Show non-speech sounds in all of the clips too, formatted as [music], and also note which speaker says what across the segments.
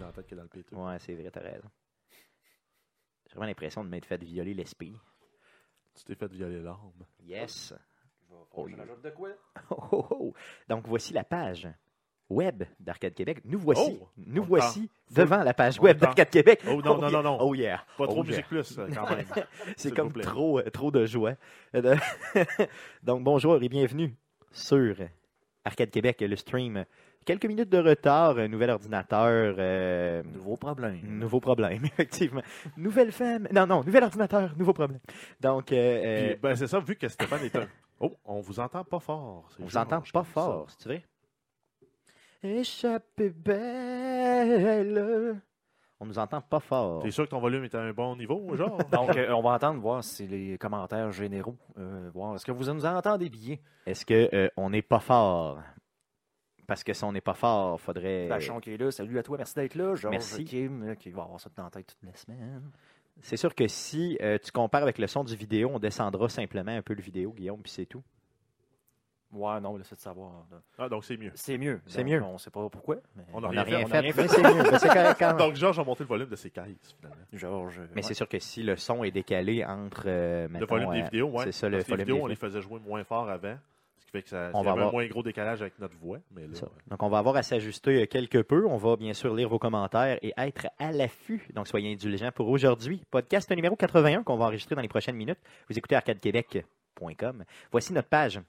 Speaker 1: dans la tête que dans le péteux.
Speaker 2: Ouais, c'est vrai, t'as raison. J'ai vraiment l'impression de m'être fait violer l'esprit.
Speaker 1: Tu t'es fait violer l'arme.
Speaker 2: Yes.
Speaker 1: Oh,
Speaker 2: je
Speaker 1: rajoute de quoi?
Speaker 2: [laughs] Oh, oh, oh. Donc voici la page web d'Arcade Québec. Nous voici,
Speaker 1: Oh!
Speaker 2: nous
Speaker 1: On le
Speaker 2: voici
Speaker 1: prend.
Speaker 2: devant la page
Speaker 1: On le
Speaker 2: web
Speaker 1: prend.
Speaker 2: d'Arcade Québec.
Speaker 1: Oh, non, non,
Speaker 2: yeah.
Speaker 1: non, non.
Speaker 2: [laughs] Oh yeah.
Speaker 1: Pas trop
Speaker 2: Oh, yeah.
Speaker 1: Musique Plus, euh,
Speaker 2: [laughs]
Speaker 1: quand même.
Speaker 2: C'est
Speaker 1: s'il vous
Speaker 2: comme
Speaker 1: plaît.
Speaker 2: trop, euh, trop de joie. Euh, de- [laughs] Donc bonjour et bienvenue sur Arcade Québec, le stream. Quelques minutes de retard, euh, nouvel ordinateur, euh,
Speaker 1: Nouveau problème.
Speaker 2: nouveau problème, [laughs] effectivement. Nouvelle femme, non, non, nouvel ordinateur, nouveau problème. Donc, euh, euh,
Speaker 1: Puis, ben, c'est ça, vu que Stéphane [laughs] est un... Oh, on vous entend pas fort. C'est
Speaker 2: On vous
Speaker 1: étrange,
Speaker 2: entend pas
Speaker 1: comme ça.
Speaker 2: fort, c'est vrai? Échappée belle. On nous entend pas fort.
Speaker 1: T'es sûr que ton volume est à un bon niveau,
Speaker 2: [laughs]
Speaker 1: genre?
Speaker 3: Donc, euh, on va entendre, voir si les commentaires généraux, euh, voir est-ce que vous nous entendez bien.
Speaker 2: Est-ce que euh, on n'est pas fort? Parce que si on n'est pas fort, faudrait.
Speaker 3: Bachon qui est là, salut à toi, merci d'être là. Georges
Speaker 2: Euh, Merci.
Speaker 3: Kim, euh, qui va avoir ça dans la tête toute la semaine.
Speaker 2: C'est sûr que si euh, tu compares avec le son du vidéo, on descendra simplement un peu le vidéo, Guillaume, puis c'est tout.
Speaker 3: Ouais, non, là, c'est de savoir. là.
Speaker 1: Ah, donc c'est mieux.
Speaker 3: C'est mieux.
Speaker 2: C'est
Speaker 3: Donc,
Speaker 2: mieux.
Speaker 3: On sait pas pourquoi. Mais...
Speaker 1: On
Speaker 2: On
Speaker 1: a
Speaker 2: n'a
Speaker 1: rien
Speaker 2: rien,
Speaker 1: fait,
Speaker 2: fait, mais c'est mieux. mais c'est correct
Speaker 1: [laughs]
Speaker 2: quand même.
Speaker 1: Donc, Georges a monté le volume de ses caisses, finalement.
Speaker 3: Georges. euh,
Speaker 2: Mais
Speaker 3: ouais.
Speaker 2: c'est sûr que si le son est décalé entre. euh,
Speaker 1: Le
Speaker 2: mettons,
Speaker 1: volume des
Speaker 2: euh,
Speaker 1: vidéos, ouais.
Speaker 2: C'est ça, le
Speaker 1: Parce que les
Speaker 2: volume des
Speaker 1: vidéos, on les
Speaker 2: vidéos.
Speaker 1: faisait jouer moins fort avant, ce qui fait que ça
Speaker 2: On
Speaker 1: il y
Speaker 2: va
Speaker 1: avait un
Speaker 2: avoir-
Speaker 1: moins gros décalage avec notre voix, mais là...
Speaker 2: Ça.
Speaker 1: ouais.
Speaker 2: Donc, on va avoir à s'ajuster euh, quelque peu. On va bien sûr lire vos commentaires et être à l'affût. Donc, soyez indulgents pour aujourd'hui. Podcast numéro 81 qu'on va enregistrer dans les prochaines minutes. Vous écoutez arcadequebec.com. Voici notre page.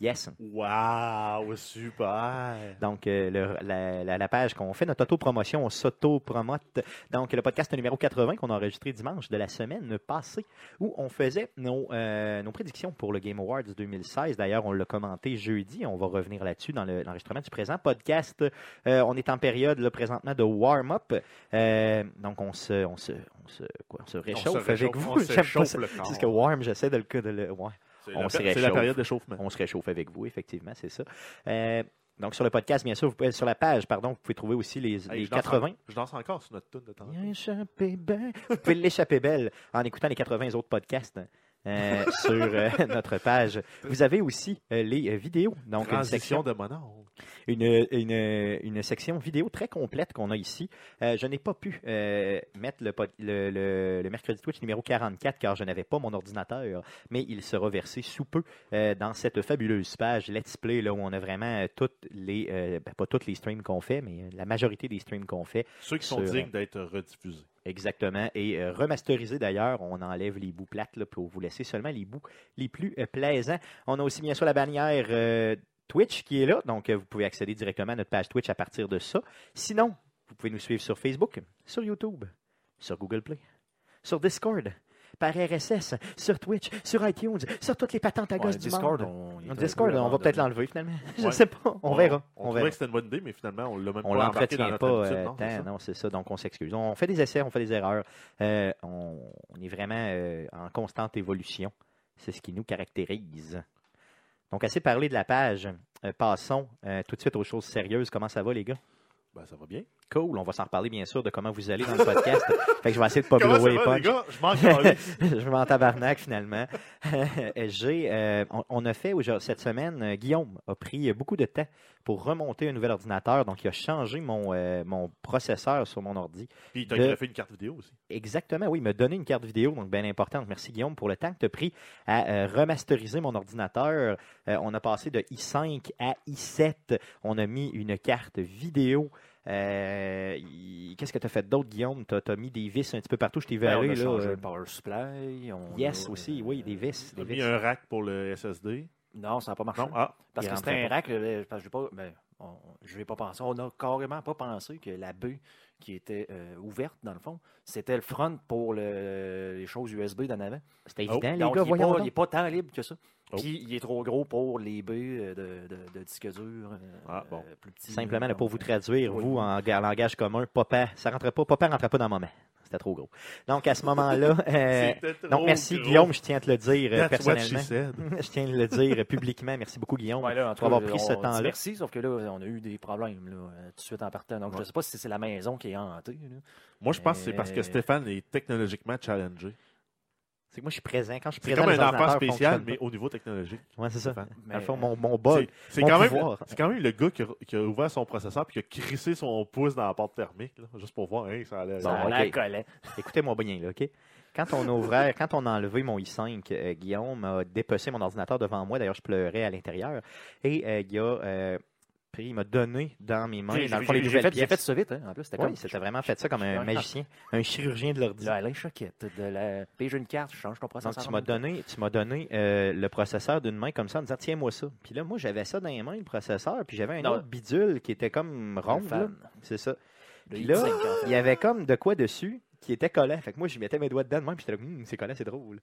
Speaker 2: Yes.
Speaker 1: Waouh, super!
Speaker 2: Donc, euh, le- la, la- la page qu'on fait, notre auto-promotion, on s'auto-promote. Donc, le podcast numéro 80 qu'on a enregistré dimanche de la semaine passée, où on faisait nos, euh, nos prédictions pour le Game Awards 2016. D'ailleurs, on l'a commenté jeudi. On va revenir là-dessus dans le- l'enregistrement du présent podcast. Euh, on est en période, là, présentement, de warm-up. Euh, donc, on se, on, se, on, se, quoi, on se réchauffe avec vous.
Speaker 1: On
Speaker 2: [laughs]
Speaker 1: se
Speaker 2: J'aime pas
Speaker 1: réchauffe
Speaker 2: ça.
Speaker 1: le
Speaker 2: C'est
Speaker 1: corps.
Speaker 2: ce que warm, j'essaie de le... De le ouais.
Speaker 1: C'est
Speaker 2: on
Speaker 1: la-
Speaker 2: se
Speaker 1: c'est la
Speaker 2: réchauffe.
Speaker 1: période d'échauffement.
Speaker 2: On se réchauffe avec vous, effectivement, c'est ça. Euh, donc, sur le podcast, bien sûr, vous pouvez, sur la page, pardon, vous pouvez trouver aussi les,
Speaker 1: Hey,
Speaker 2: les
Speaker 1: je danse
Speaker 2: 80.
Speaker 1: en- je danse encore sur notre tune de temps.
Speaker 2: Bien échappé belle. Vous pouvez l'échapper belle en écoutant les 80 autres podcasts [laughs] euh, sur euh, notre page. Vous avez aussi euh, les euh, vidéos. Donc, une
Speaker 1: Transition
Speaker 2: section,
Speaker 1: de mononcle.
Speaker 2: une, une- une section vidéo très complète qu'on a ici. Euh, je n'ai pas pu euh, mettre le, pod- le, le- le mercredi Twitch numéro 44 car je n'avais pas mon ordinateur, mais il sera versé sous peu euh, dans cette fabuleuse page Let's Play là, où on a vraiment euh, toutes les, euh, ben, pas toutes les streams qu'on fait, mais euh, la majorité des streams qu'on fait
Speaker 1: Ceux qui sont
Speaker 2: Sur-
Speaker 1: dignes d'être rediffusés.
Speaker 2: Exactement. Et euh, remasterisé d'ailleurs, on enlève les bouts plates là, pour vous laisser seulement les bouts les plus euh, plaisants. On a aussi bien sûr la bannière euh, Twitch qui est là, donc euh, vous pouvez accéder directement à notre page Twitch à partir de ça. Sinon, vous pouvez nous suivre sur Facebook, sur YouTube, sur Google Play, sur Discord, par RSS, sur Twitch, sur iTunes, sur toutes les patentes à
Speaker 3: Ouais,
Speaker 2: gauche du
Speaker 3: Discord,
Speaker 2: monde.
Speaker 3: on, il est un
Speaker 2: On
Speaker 3: peu
Speaker 2: Discord, on va
Speaker 3: abandonné.
Speaker 2: peut-être l'enlever finalement. [laughs] Je ne
Speaker 1: Ouais.
Speaker 2: sais pas, on, verra.
Speaker 1: On,
Speaker 2: On
Speaker 1: trouvait
Speaker 2: verra.
Speaker 1: que c'était une bonne idée, mais finalement, on l'a même
Speaker 2: On
Speaker 1: pas embarqué dans
Speaker 2: l'entretient
Speaker 1: notre
Speaker 2: pas.
Speaker 1: habitude.
Speaker 2: euh,
Speaker 1: non, c'est
Speaker 2: tant,
Speaker 1: ça?
Speaker 2: non, c'est ça. Donc, on s'excuse. On fait des essais, on fait des erreurs. Euh, on, on est vraiment euh, en constante évolution. C'est ce qui nous caractérise. Donc, assez parlé de la page. Euh, passons euh, tout de suite aux choses sérieuses. Comment ça va, les gars?
Speaker 1: Ben, ça va bien.
Speaker 2: Cool. On va s'en reparler, bien sûr, de comment vous allez dans
Speaker 1: [laughs]
Speaker 2: le podcast. fait que je vais essayer de pas
Speaker 1: Comment
Speaker 2: blower
Speaker 1: ça
Speaker 2: les
Speaker 1: va,
Speaker 2: punch.
Speaker 1: les gars? Je manque
Speaker 2: [laughs]
Speaker 1: de
Speaker 2: je m'en tabarnak finalement. [laughs] J'ai, euh, on, on a fait aujourd'hui- cette semaine, euh, Guillaume a pris euh, beaucoup de temps pour remonter un nouvel ordinateur, donc il a changé mon, euh, mon processeur sur mon ordi.
Speaker 1: Puis, t'as
Speaker 2: De-
Speaker 1: greffé une carte vidéo aussi.
Speaker 2: Exactement, oui, il m'a donné une carte vidéo, donc bien importante. Merci Guillaume pour le temps que tu as pris à euh, remasteriser mon ordinateur. Euh, on a passé de i5 à i7. On a mis une carte vidéo. Euh, y- Qu'est-ce que tu as fait d'autre, Guillaume? Tu as, mis des vis un petit peu partout, je t'ai vu
Speaker 3: Ben, on
Speaker 2: aller,
Speaker 3: a
Speaker 2: là,
Speaker 3: changé
Speaker 2: euh,
Speaker 3: le power supply. on
Speaker 2: Yes
Speaker 3: a,
Speaker 2: aussi,
Speaker 3: euh,
Speaker 2: oui, des vis.
Speaker 1: T'as
Speaker 2: des
Speaker 1: mis
Speaker 2: vis.
Speaker 1: un rack pour le SSD.
Speaker 2: Euh,
Speaker 3: Non, ça n'a pas marché.
Speaker 1: Non, ah,
Speaker 3: parce
Speaker 2: il
Speaker 3: que
Speaker 2: rentrait
Speaker 3: c'était
Speaker 2: pas.
Speaker 3: un ben, rack. euh, Parce que j'ai pas, ben, on- je n'ai pas pensé. On n'a carrément pas pensé que la baie qui était euh, ouverte, dans le fond, c'était le front pour le- les choses USB d'en avant.
Speaker 2: C'était
Speaker 1: Oh,
Speaker 2: évident,
Speaker 3: Donc,
Speaker 2: Hein, les gars,
Speaker 3: il n'est
Speaker 2: voyons
Speaker 3: pas, il est
Speaker 2: donc.
Speaker 3: pas tant libre que ça.
Speaker 1: Oh.
Speaker 3: Puis, il est trop gros pour les baies euh, de, de, de disque dur. euh,
Speaker 1: Ah, bon.
Speaker 3: euh, plus petit,
Speaker 2: Simplement,
Speaker 3: euh,
Speaker 2: là, pour vous
Speaker 3: donc,
Speaker 2: traduire,
Speaker 3: oui.
Speaker 2: vous, en ga- langage commun, papa, ça rentrait pas, papa rentrait pas dans maman. C'était trop gros. Donc, à ce
Speaker 1: [laughs]
Speaker 2: moment-là, euh,
Speaker 1: C'était trop
Speaker 2: donc merci
Speaker 1: gros.
Speaker 2: Guillaume, je tiens à te le dire euh,
Speaker 1: That's what she
Speaker 2: personnellement.
Speaker 1: said.
Speaker 2: [laughs] je tiens à le dire euh, publiquement. Merci beaucoup, Guillaume.
Speaker 3: Ouais, là, en tout
Speaker 2: pour avoir
Speaker 3: cas,
Speaker 2: pris ce
Speaker 3: on dit
Speaker 2: temps-là.
Speaker 3: Merci, sauf que là, on a eu des problèmes là, euh, tout de suite en partant. Donc, je ne sais pas si c'est la maison qui est hantée. là.
Speaker 1: Moi, je pense que c'est parce que
Speaker 3: Euh,
Speaker 1: Stéphane est technologiquement challengé.
Speaker 2: C'est que moi, je suis présent. Quand je suis
Speaker 1: C'est
Speaker 2: présent,
Speaker 1: comme
Speaker 2: les
Speaker 1: un enfant
Speaker 2: ordinateurs
Speaker 1: spécial, mais
Speaker 2: fonctionnent
Speaker 1: au niveau technologique.
Speaker 2: pas. Ouais, c'est ça.
Speaker 1: Stéphane.
Speaker 2: Dans le
Speaker 3: Mais,
Speaker 2: fond,
Speaker 3: euh,
Speaker 2: mon, mon bug.
Speaker 1: C'est- C'est
Speaker 2: Mon
Speaker 1: quand, même-
Speaker 2: pouvoir.
Speaker 1: c'est quand même le gars qui a, qui a ouvert son processeur et qui a crissé son pouce dans la porte thermique, là, juste pour voir, hein, ça allait.
Speaker 2: Bon,
Speaker 3: ça a
Speaker 2: ok.
Speaker 3: l'air collant.
Speaker 2: Écoutez-moi bien, là, OK? Quand on a ouvert, quand on a enlevé mon i5, euh, Guillaume a dépecé mon ordinateur devant moi. D'ailleurs, je pleurais à l'intérieur. Et euh, il a euh, pris, il m'a donné dans mes mains,
Speaker 3: J'ai-
Speaker 2: dans le
Speaker 3: j'ai-
Speaker 2: fond, les
Speaker 3: j'ai
Speaker 2: nouvelles
Speaker 3: fait- J'ai
Speaker 2: pièces.
Speaker 3: fait ça vite, hein, en plus. C'était
Speaker 2: Oui,
Speaker 3: comme-
Speaker 2: c'était vraiment fait ça comme un
Speaker 3: Ouais.
Speaker 2: magicien, un chirurgien de l'ordi.
Speaker 3: Là, Alain Ah, Choquette, de la Puis j'ai une carte, je change ton
Speaker 2: Donc,
Speaker 3: processeur.
Speaker 2: tu m'as donné, tu m'as donné euh, le processeur d'une main comme ça en disant Tiens-moi ça. Puis là, moi, j'avais ça dans les mains, le processeur, puis j'avais un
Speaker 3: Non.
Speaker 2: autre bidule qui était comme
Speaker 3: rond,
Speaker 2: rond, là. C'est ça. Puis
Speaker 3: là,
Speaker 2: là, il y avait comme de quoi dessus qui était collant. Fait que moi, je mettais mes doigts dedans de même, puis j'étais là, Hum, c'est collant, c'est drôle.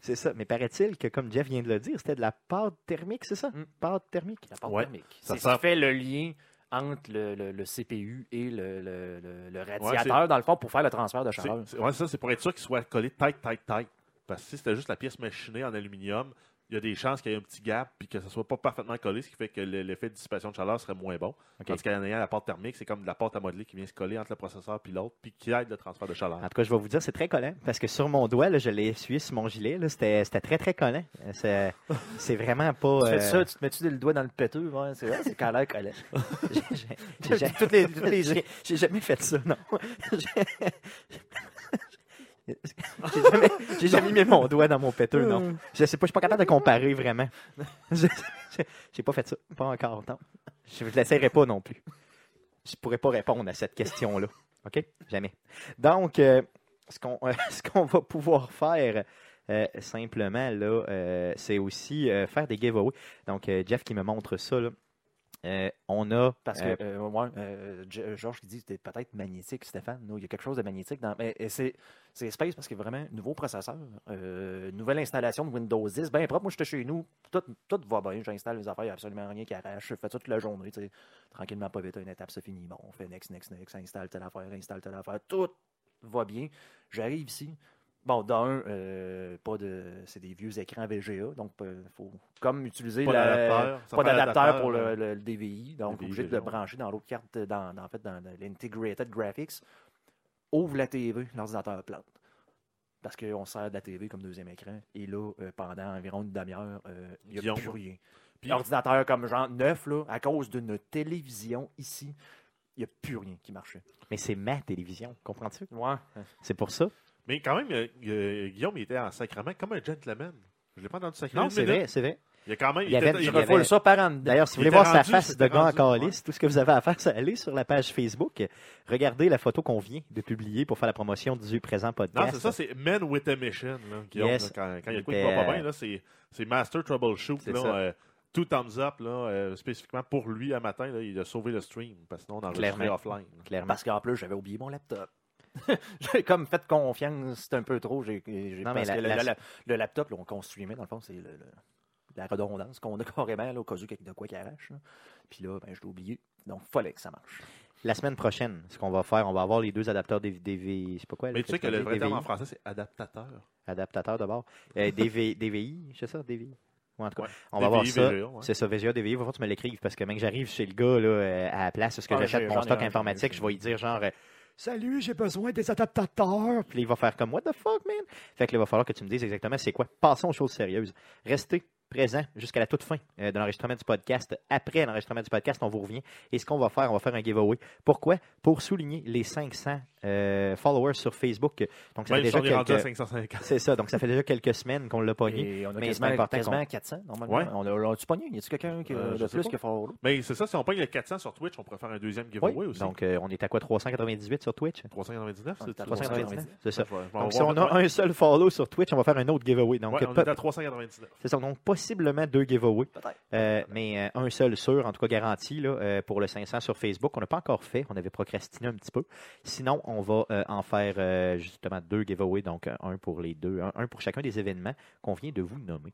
Speaker 2: C'est ça. Mais paraît-il que, comme Jeff vient de le dire, c'était de la pâte thermique, c'est ça
Speaker 3: Mm.
Speaker 2: Pâte thermique.
Speaker 3: la porte
Speaker 1: Ouais,
Speaker 3: thermique.
Speaker 1: ça
Speaker 3: C'est ce
Speaker 1: sert-
Speaker 3: qui fait le lien entre le, le- le CPU et le, le- le- le radiateur,
Speaker 1: c'est-
Speaker 3: dans le fond, pour faire le transfert de
Speaker 1: C'est-
Speaker 3: chaleur.
Speaker 1: c'est- ouais, ça, c'est pour être sûr qu'il soit collé tight, tight, tight. Parce que si c'était juste la pièce machinée en aluminium, il y a des chances qu'il y ait un petit gap puis que ça soit pas parfaitement collé, ce qui fait que le- l'effet de dissipation de chaleur serait moins bon.
Speaker 2: Ok.
Speaker 1: Tandis qu'en ayant la porte thermique, c'est comme de la porte à modeler qui vient se coller entre le processeur puis l'autre puis qui aide le transfert de
Speaker 3: Ah,
Speaker 1: chaleur.
Speaker 2: En tout cas, je vais vous dire, c'est très collant. Parce que sur mon doigt, là, je l'ai essuyé sur mon gilet. là, C'était c'était très, très collant. Euh, C'est c'est vraiment pas.
Speaker 3: Tu fais
Speaker 2: euh,
Speaker 3: ça, tu te mets-tu le doigt dans le péteux? ouais, c'est c'est quand l'air collant.
Speaker 2: [laughs] J'ai- j'ai- j'ai- toutes les- toutes les- j'ai- J'ai jamais fait ça, non. [laughs] J'ai j'ai jamais, j'ai jamais mis mon doigt dans mon péteux, non. Je sais pas, je suis pas capable de comparer vraiment. [laughs] Je- je- J'ai pas fait ça, pas encore, non. Je ne l'essayerai pas non plus. Je pourrais pas répondre à cette question-là. OK? Jamais. Donc, euh, ce qu'on euh, [laughs] ce qu'on va pouvoir faire euh, simplement, là, euh, c'est aussi euh, faire des giveaways. Donc, euh, Jeff qui me montre ça, là. Euh, on a.
Speaker 3: Parce
Speaker 2: euh,
Speaker 3: que, euh, ouais, euh, G- Georges qui dit c'était peut-être magnétique, Stéphane. Non, il y a quelque chose de magnétique. Dans... Mais et c'est c'est space parce que vraiment, nouveau processeur, euh, nouvelle installation de Windows 10, bien propre. Moi, j'étais chez nous, tout, tout va bien. J'installe les affaires, il n'y a absolument rien qui arrache. Je fais ça toute la journée, tu sais. tranquillement, pas vite, une étape, c'est fini. Bon, on fait next, next, next, installe telle affaire, installe telle affaire, tout va bien. J'arrive ici. Bon, d'un, euh, pas de. C'est des vieux écrans VGA, donc il faut comme utiliser
Speaker 1: Pas
Speaker 3: la,
Speaker 1: d'adaptateur, ça
Speaker 3: pas
Speaker 1: prend
Speaker 3: d'adaptateur pour
Speaker 1: euh,
Speaker 3: le, le- le DVI, donc
Speaker 1: DVI,
Speaker 3: obligé de le
Speaker 1: déjà, ouais.
Speaker 3: brancher dans l'autre carte, euh, dans, dans- en fait, dans le- l'Integrated Graphics. Ouvre la TV, l'ordinateur plante. Parce qu'on sert de la TV comme deuxième écran. Et là, euh, pendant environ une demi-heure, euh, il n'y a
Speaker 1: Guillaume.
Speaker 3: plus rien.
Speaker 1: Puis-
Speaker 3: L'ordinateur comme genre neuf, là, à cause d'une télévision ici, il n'y a plus rien qui marchait.
Speaker 2: Mais c'est ma télévision, comprends-tu?
Speaker 3: Ouais.
Speaker 2: C'est pour ça.
Speaker 1: Mais quand même, euh, euh, Guillaume il était en sacrement comme un gentleman. Je l'ai pas entendu sacrement.
Speaker 2: Non, c'est vrai, c'est vrai.
Speaker 1: Il y a quand même.
Speaker 2: Il y avait-
Speaker 1: était-
Speaker 2: il y
Speaker 1: était-
Speaker 2: avait-
Speaker 3: Refoule ça par en dedans.
Speaker 2: D'ailleurs, si vous
Speaker 1: Il
Speaker 2: voulez
Speaker 1: était
Speaker 2: voir sa
Speaker 1: rendu,
Speaker 2: face de
Speaker 1: c'était
Speaker 2: gars en
Speaker 1: rendu,
Speaker 2: calice, tout ce que vous avez à faire, c'est aller sur la page Facebook, regardez la photo qu'on vient de publier pour faire la promotion du présent podcast.
Speaker 1: Non, c'est ça, c'est Men with a Mission, là, Guillaume.
Speaker 2: Yes.
Speaker 1: là, quand, quand il y a quoi qui
Speaker 2: Ben,
Speaker 1: va
Speaker 2: euh,
Speaker 1: pas bien, là, c'est, c'est Master Troubleshoot.
Speaker 2: C'est
Speaker 1: là,
Speaker 2: ça.
Speaker 1: euh, tout thumbs up, là, euh, spécifiquement pour lui, à matin, là, il a sauvé le stream, parce que sinon, on enregistrait
Speaker 2: Clairement.
Speaker 1: offline. là.
Speaker 2: Clairement.
Speaker 3: Parce qu'en plus, j'avais oublié mon laptop. [laughs] j'ai comme fait confiance, c'est un peu trop. J'ai, j'ai-
Speaker 2: Non,
Speaker 3: parce
Speaker 2: mais
Speaker 3: que
Speaker 2: la- la-
Speaker 3: le, le- le laptop, là, on construit, mais dans le fond, c'est le- le- la redondance qu'on a [laughs] carrément là, au cas où quelque- de quoi qui arrache. là. Puis là, ben, je l'ai oublié. Donc, fallait que ça marche.
Speaker 2: La semaine prochaine, ce qu'on va faire, on va avoir les deux adaptateurs DV, DV je sais pas quoi.
Speaker 1: Mais tu sais que le vrai
Speaker 2: DVI,
Speaker 1: terme en français, c'est adaptateur.
Speaker 2: adaptateur d'abord,
Speaker 1: [laughs]
Speaker 2: euh, DV, DVI, je sais ça, DVI. Ouais, en tout cas,
Speaker 1: Ouais.
Speaker 2: on va
Speaker 1: DVI,
Speaker 2: voir ça.
Speaker 1: VGA, ouais.
Speaker 2: C'est ça, VGA, DVI, il va falloir que tu me l'écrives parce que même que j'arrive chez le gars là, euh, à la place où ce que
Speaker 3: Ah,
Speaker 2: j'achète
Speaker 3: j'ai-
Speaker 2: mon
Speaker 3: j'en ai
Speaker 2: stock
Speaker 3: un, j'en ai
Speaker 2: informatique,
Speaker 3: un.
Speaker 2: je vais lui dire genre euh, Salut, j'ai besoin des adaptateurs. Puis là, il va faire comme What the fuck, man? Fait que là, il va falloir que tu me dises exactement c'est quoi. Passons aux choses sérieuses. Restez présents jusqu'à la toute fin euh, de l'enregistrement du podcast. Après l'enregistrement du podcast, on vous revient. Et ce qu'on va faire, on va faire un giveaway. Pourquoi? Pour souligner les 500 euh, followers sur Facebook. Donc, ça
Speaker 1: Même
Speaker 2: fait
Speaker 1: si
Speaker 2: déjà
Speaker 1: on est rendu à
Speaker 2: quelques...
Speaker 1: 550.
Speaker 2: C'est ça, donc ça fait déjà quelques semaines qu'on l'a pogné.
Speaker 3: Et on a
Speaker 2: mais
Speaker 3: quasiment,
Speaker 2: c'est important
Speaker 3: quasiment
Speaker 2: qu'on-
Speaker 3: à 400, normalement.
Speaker 1: Ouais.
Speaker 3: On a, on a-tu pogné? Y a-tu quelqu'un qui a
Speaker 1: Euh, je
Speaker 3: de
Speaker 1: sais
Speaker 3: plus
Speaker 1: pas.
Speaker 3: que Follow?
Speaker 1: Mais c'est ça, si on paye le 400 sur Twitch, on pourrait faire un deuxième giveaway aussi.
Speaker 2: Donc, Ah, euh, on est à quoi 398 sur Twitch
Speaker 1: 399,
Speaker 3: On
Speaker 1: c'est
Speaker 3: est à
Speaker 2: 399, c'est ça.
Speaker 1: Je vais- je vais en
Speaker 2: Donc, si
Speaker 1: voir
Speaker 2: on
Speaker 1: demain.
Speaker 2: a un seul follow sur Twitch, on va faire un autre giveaway. Donc,
Speaker 1: Ouais, on
Speaker 2: peut-
Speaker 1: est à 399.
Speaker 2: c'est ça. Donc, possiblement deux giveaways,
Speaker 3: Peut-être.
Speaker 2: Euh, mais euh, un seul sûr, en tout cas garanti, là, euh, pour le 500 sur Facebook. On n'a pas encore fait. On avait procrastiné un petit peu. Sinon, on va euh, en faire euh, justement deux giveaways. Donc, euh, un pour les deux, un, un pour chacun des événements qu'on vient de vous nommer.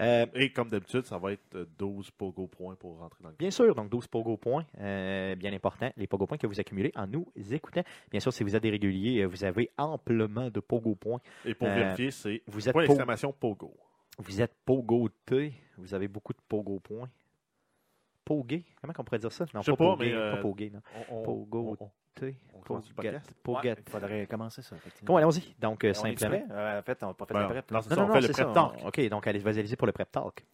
Speaker 2: Euh,
Speaker 1: Et comme d'habitude, ça va être euh, 12 pogo points pour rentrer dans le
Speaker 2: Bien sûr, donc 12 pogo points, euh, bien important, les pogo points que vous accumulez en nous écoutant. Bien sûr, si vous êtes des réguliers, euh, vous avez amplement de pogo points.
Speaker 1: Et pour
Speaker 2: Euh,
Speaker 1: vérifier, c'est
Speaker 2: Vous êtes,
Speaker 1: point
Speaker 2: po-
Speaker 1: d'exclamation pogo.
Speaker 2: vous êtes pogoté, vous avez beaucoup de pogo points. Pogué, comment on pourrait dire ça? Non,
Speaker 1: Je sais pas,
Speaker 2: pogué,
Speaker 1: mais, euh,
Speaker 2: pas pogué, non.
Speaker 1: On, on-
Speaker 2: Pogo.
Speaker 1: on- on-
Speaker 2: Té,
Speaker 1: on commence le
Speaker 2: pogat-
Speaker 1: podcast?
Speaker 2: pogat-
Speaker 3: Il faudrait commencer ça. effectivement.
Speaker 2: Bon, allons-y. Donc, euh,
Speaker 3: On est-tu
Speaker 2: simplement.
Speaker 3: prêt? Euh, en fait, on n'a pas fait
Speaker 1: ben,
Speaker 3: de prep.
Speaker 1: non, c'est
Speaker 2: Non,
Speaker 1: ça,
Speaker 2: non,
Speaker 1: on
Speaker 2: non,
Speaker 1: fait le
Speaker 2: c'est ça,
Speaker 1: prep talk.
Speaker 2: on- OK, donc allez, vas-y, allez-y pour le prep talk.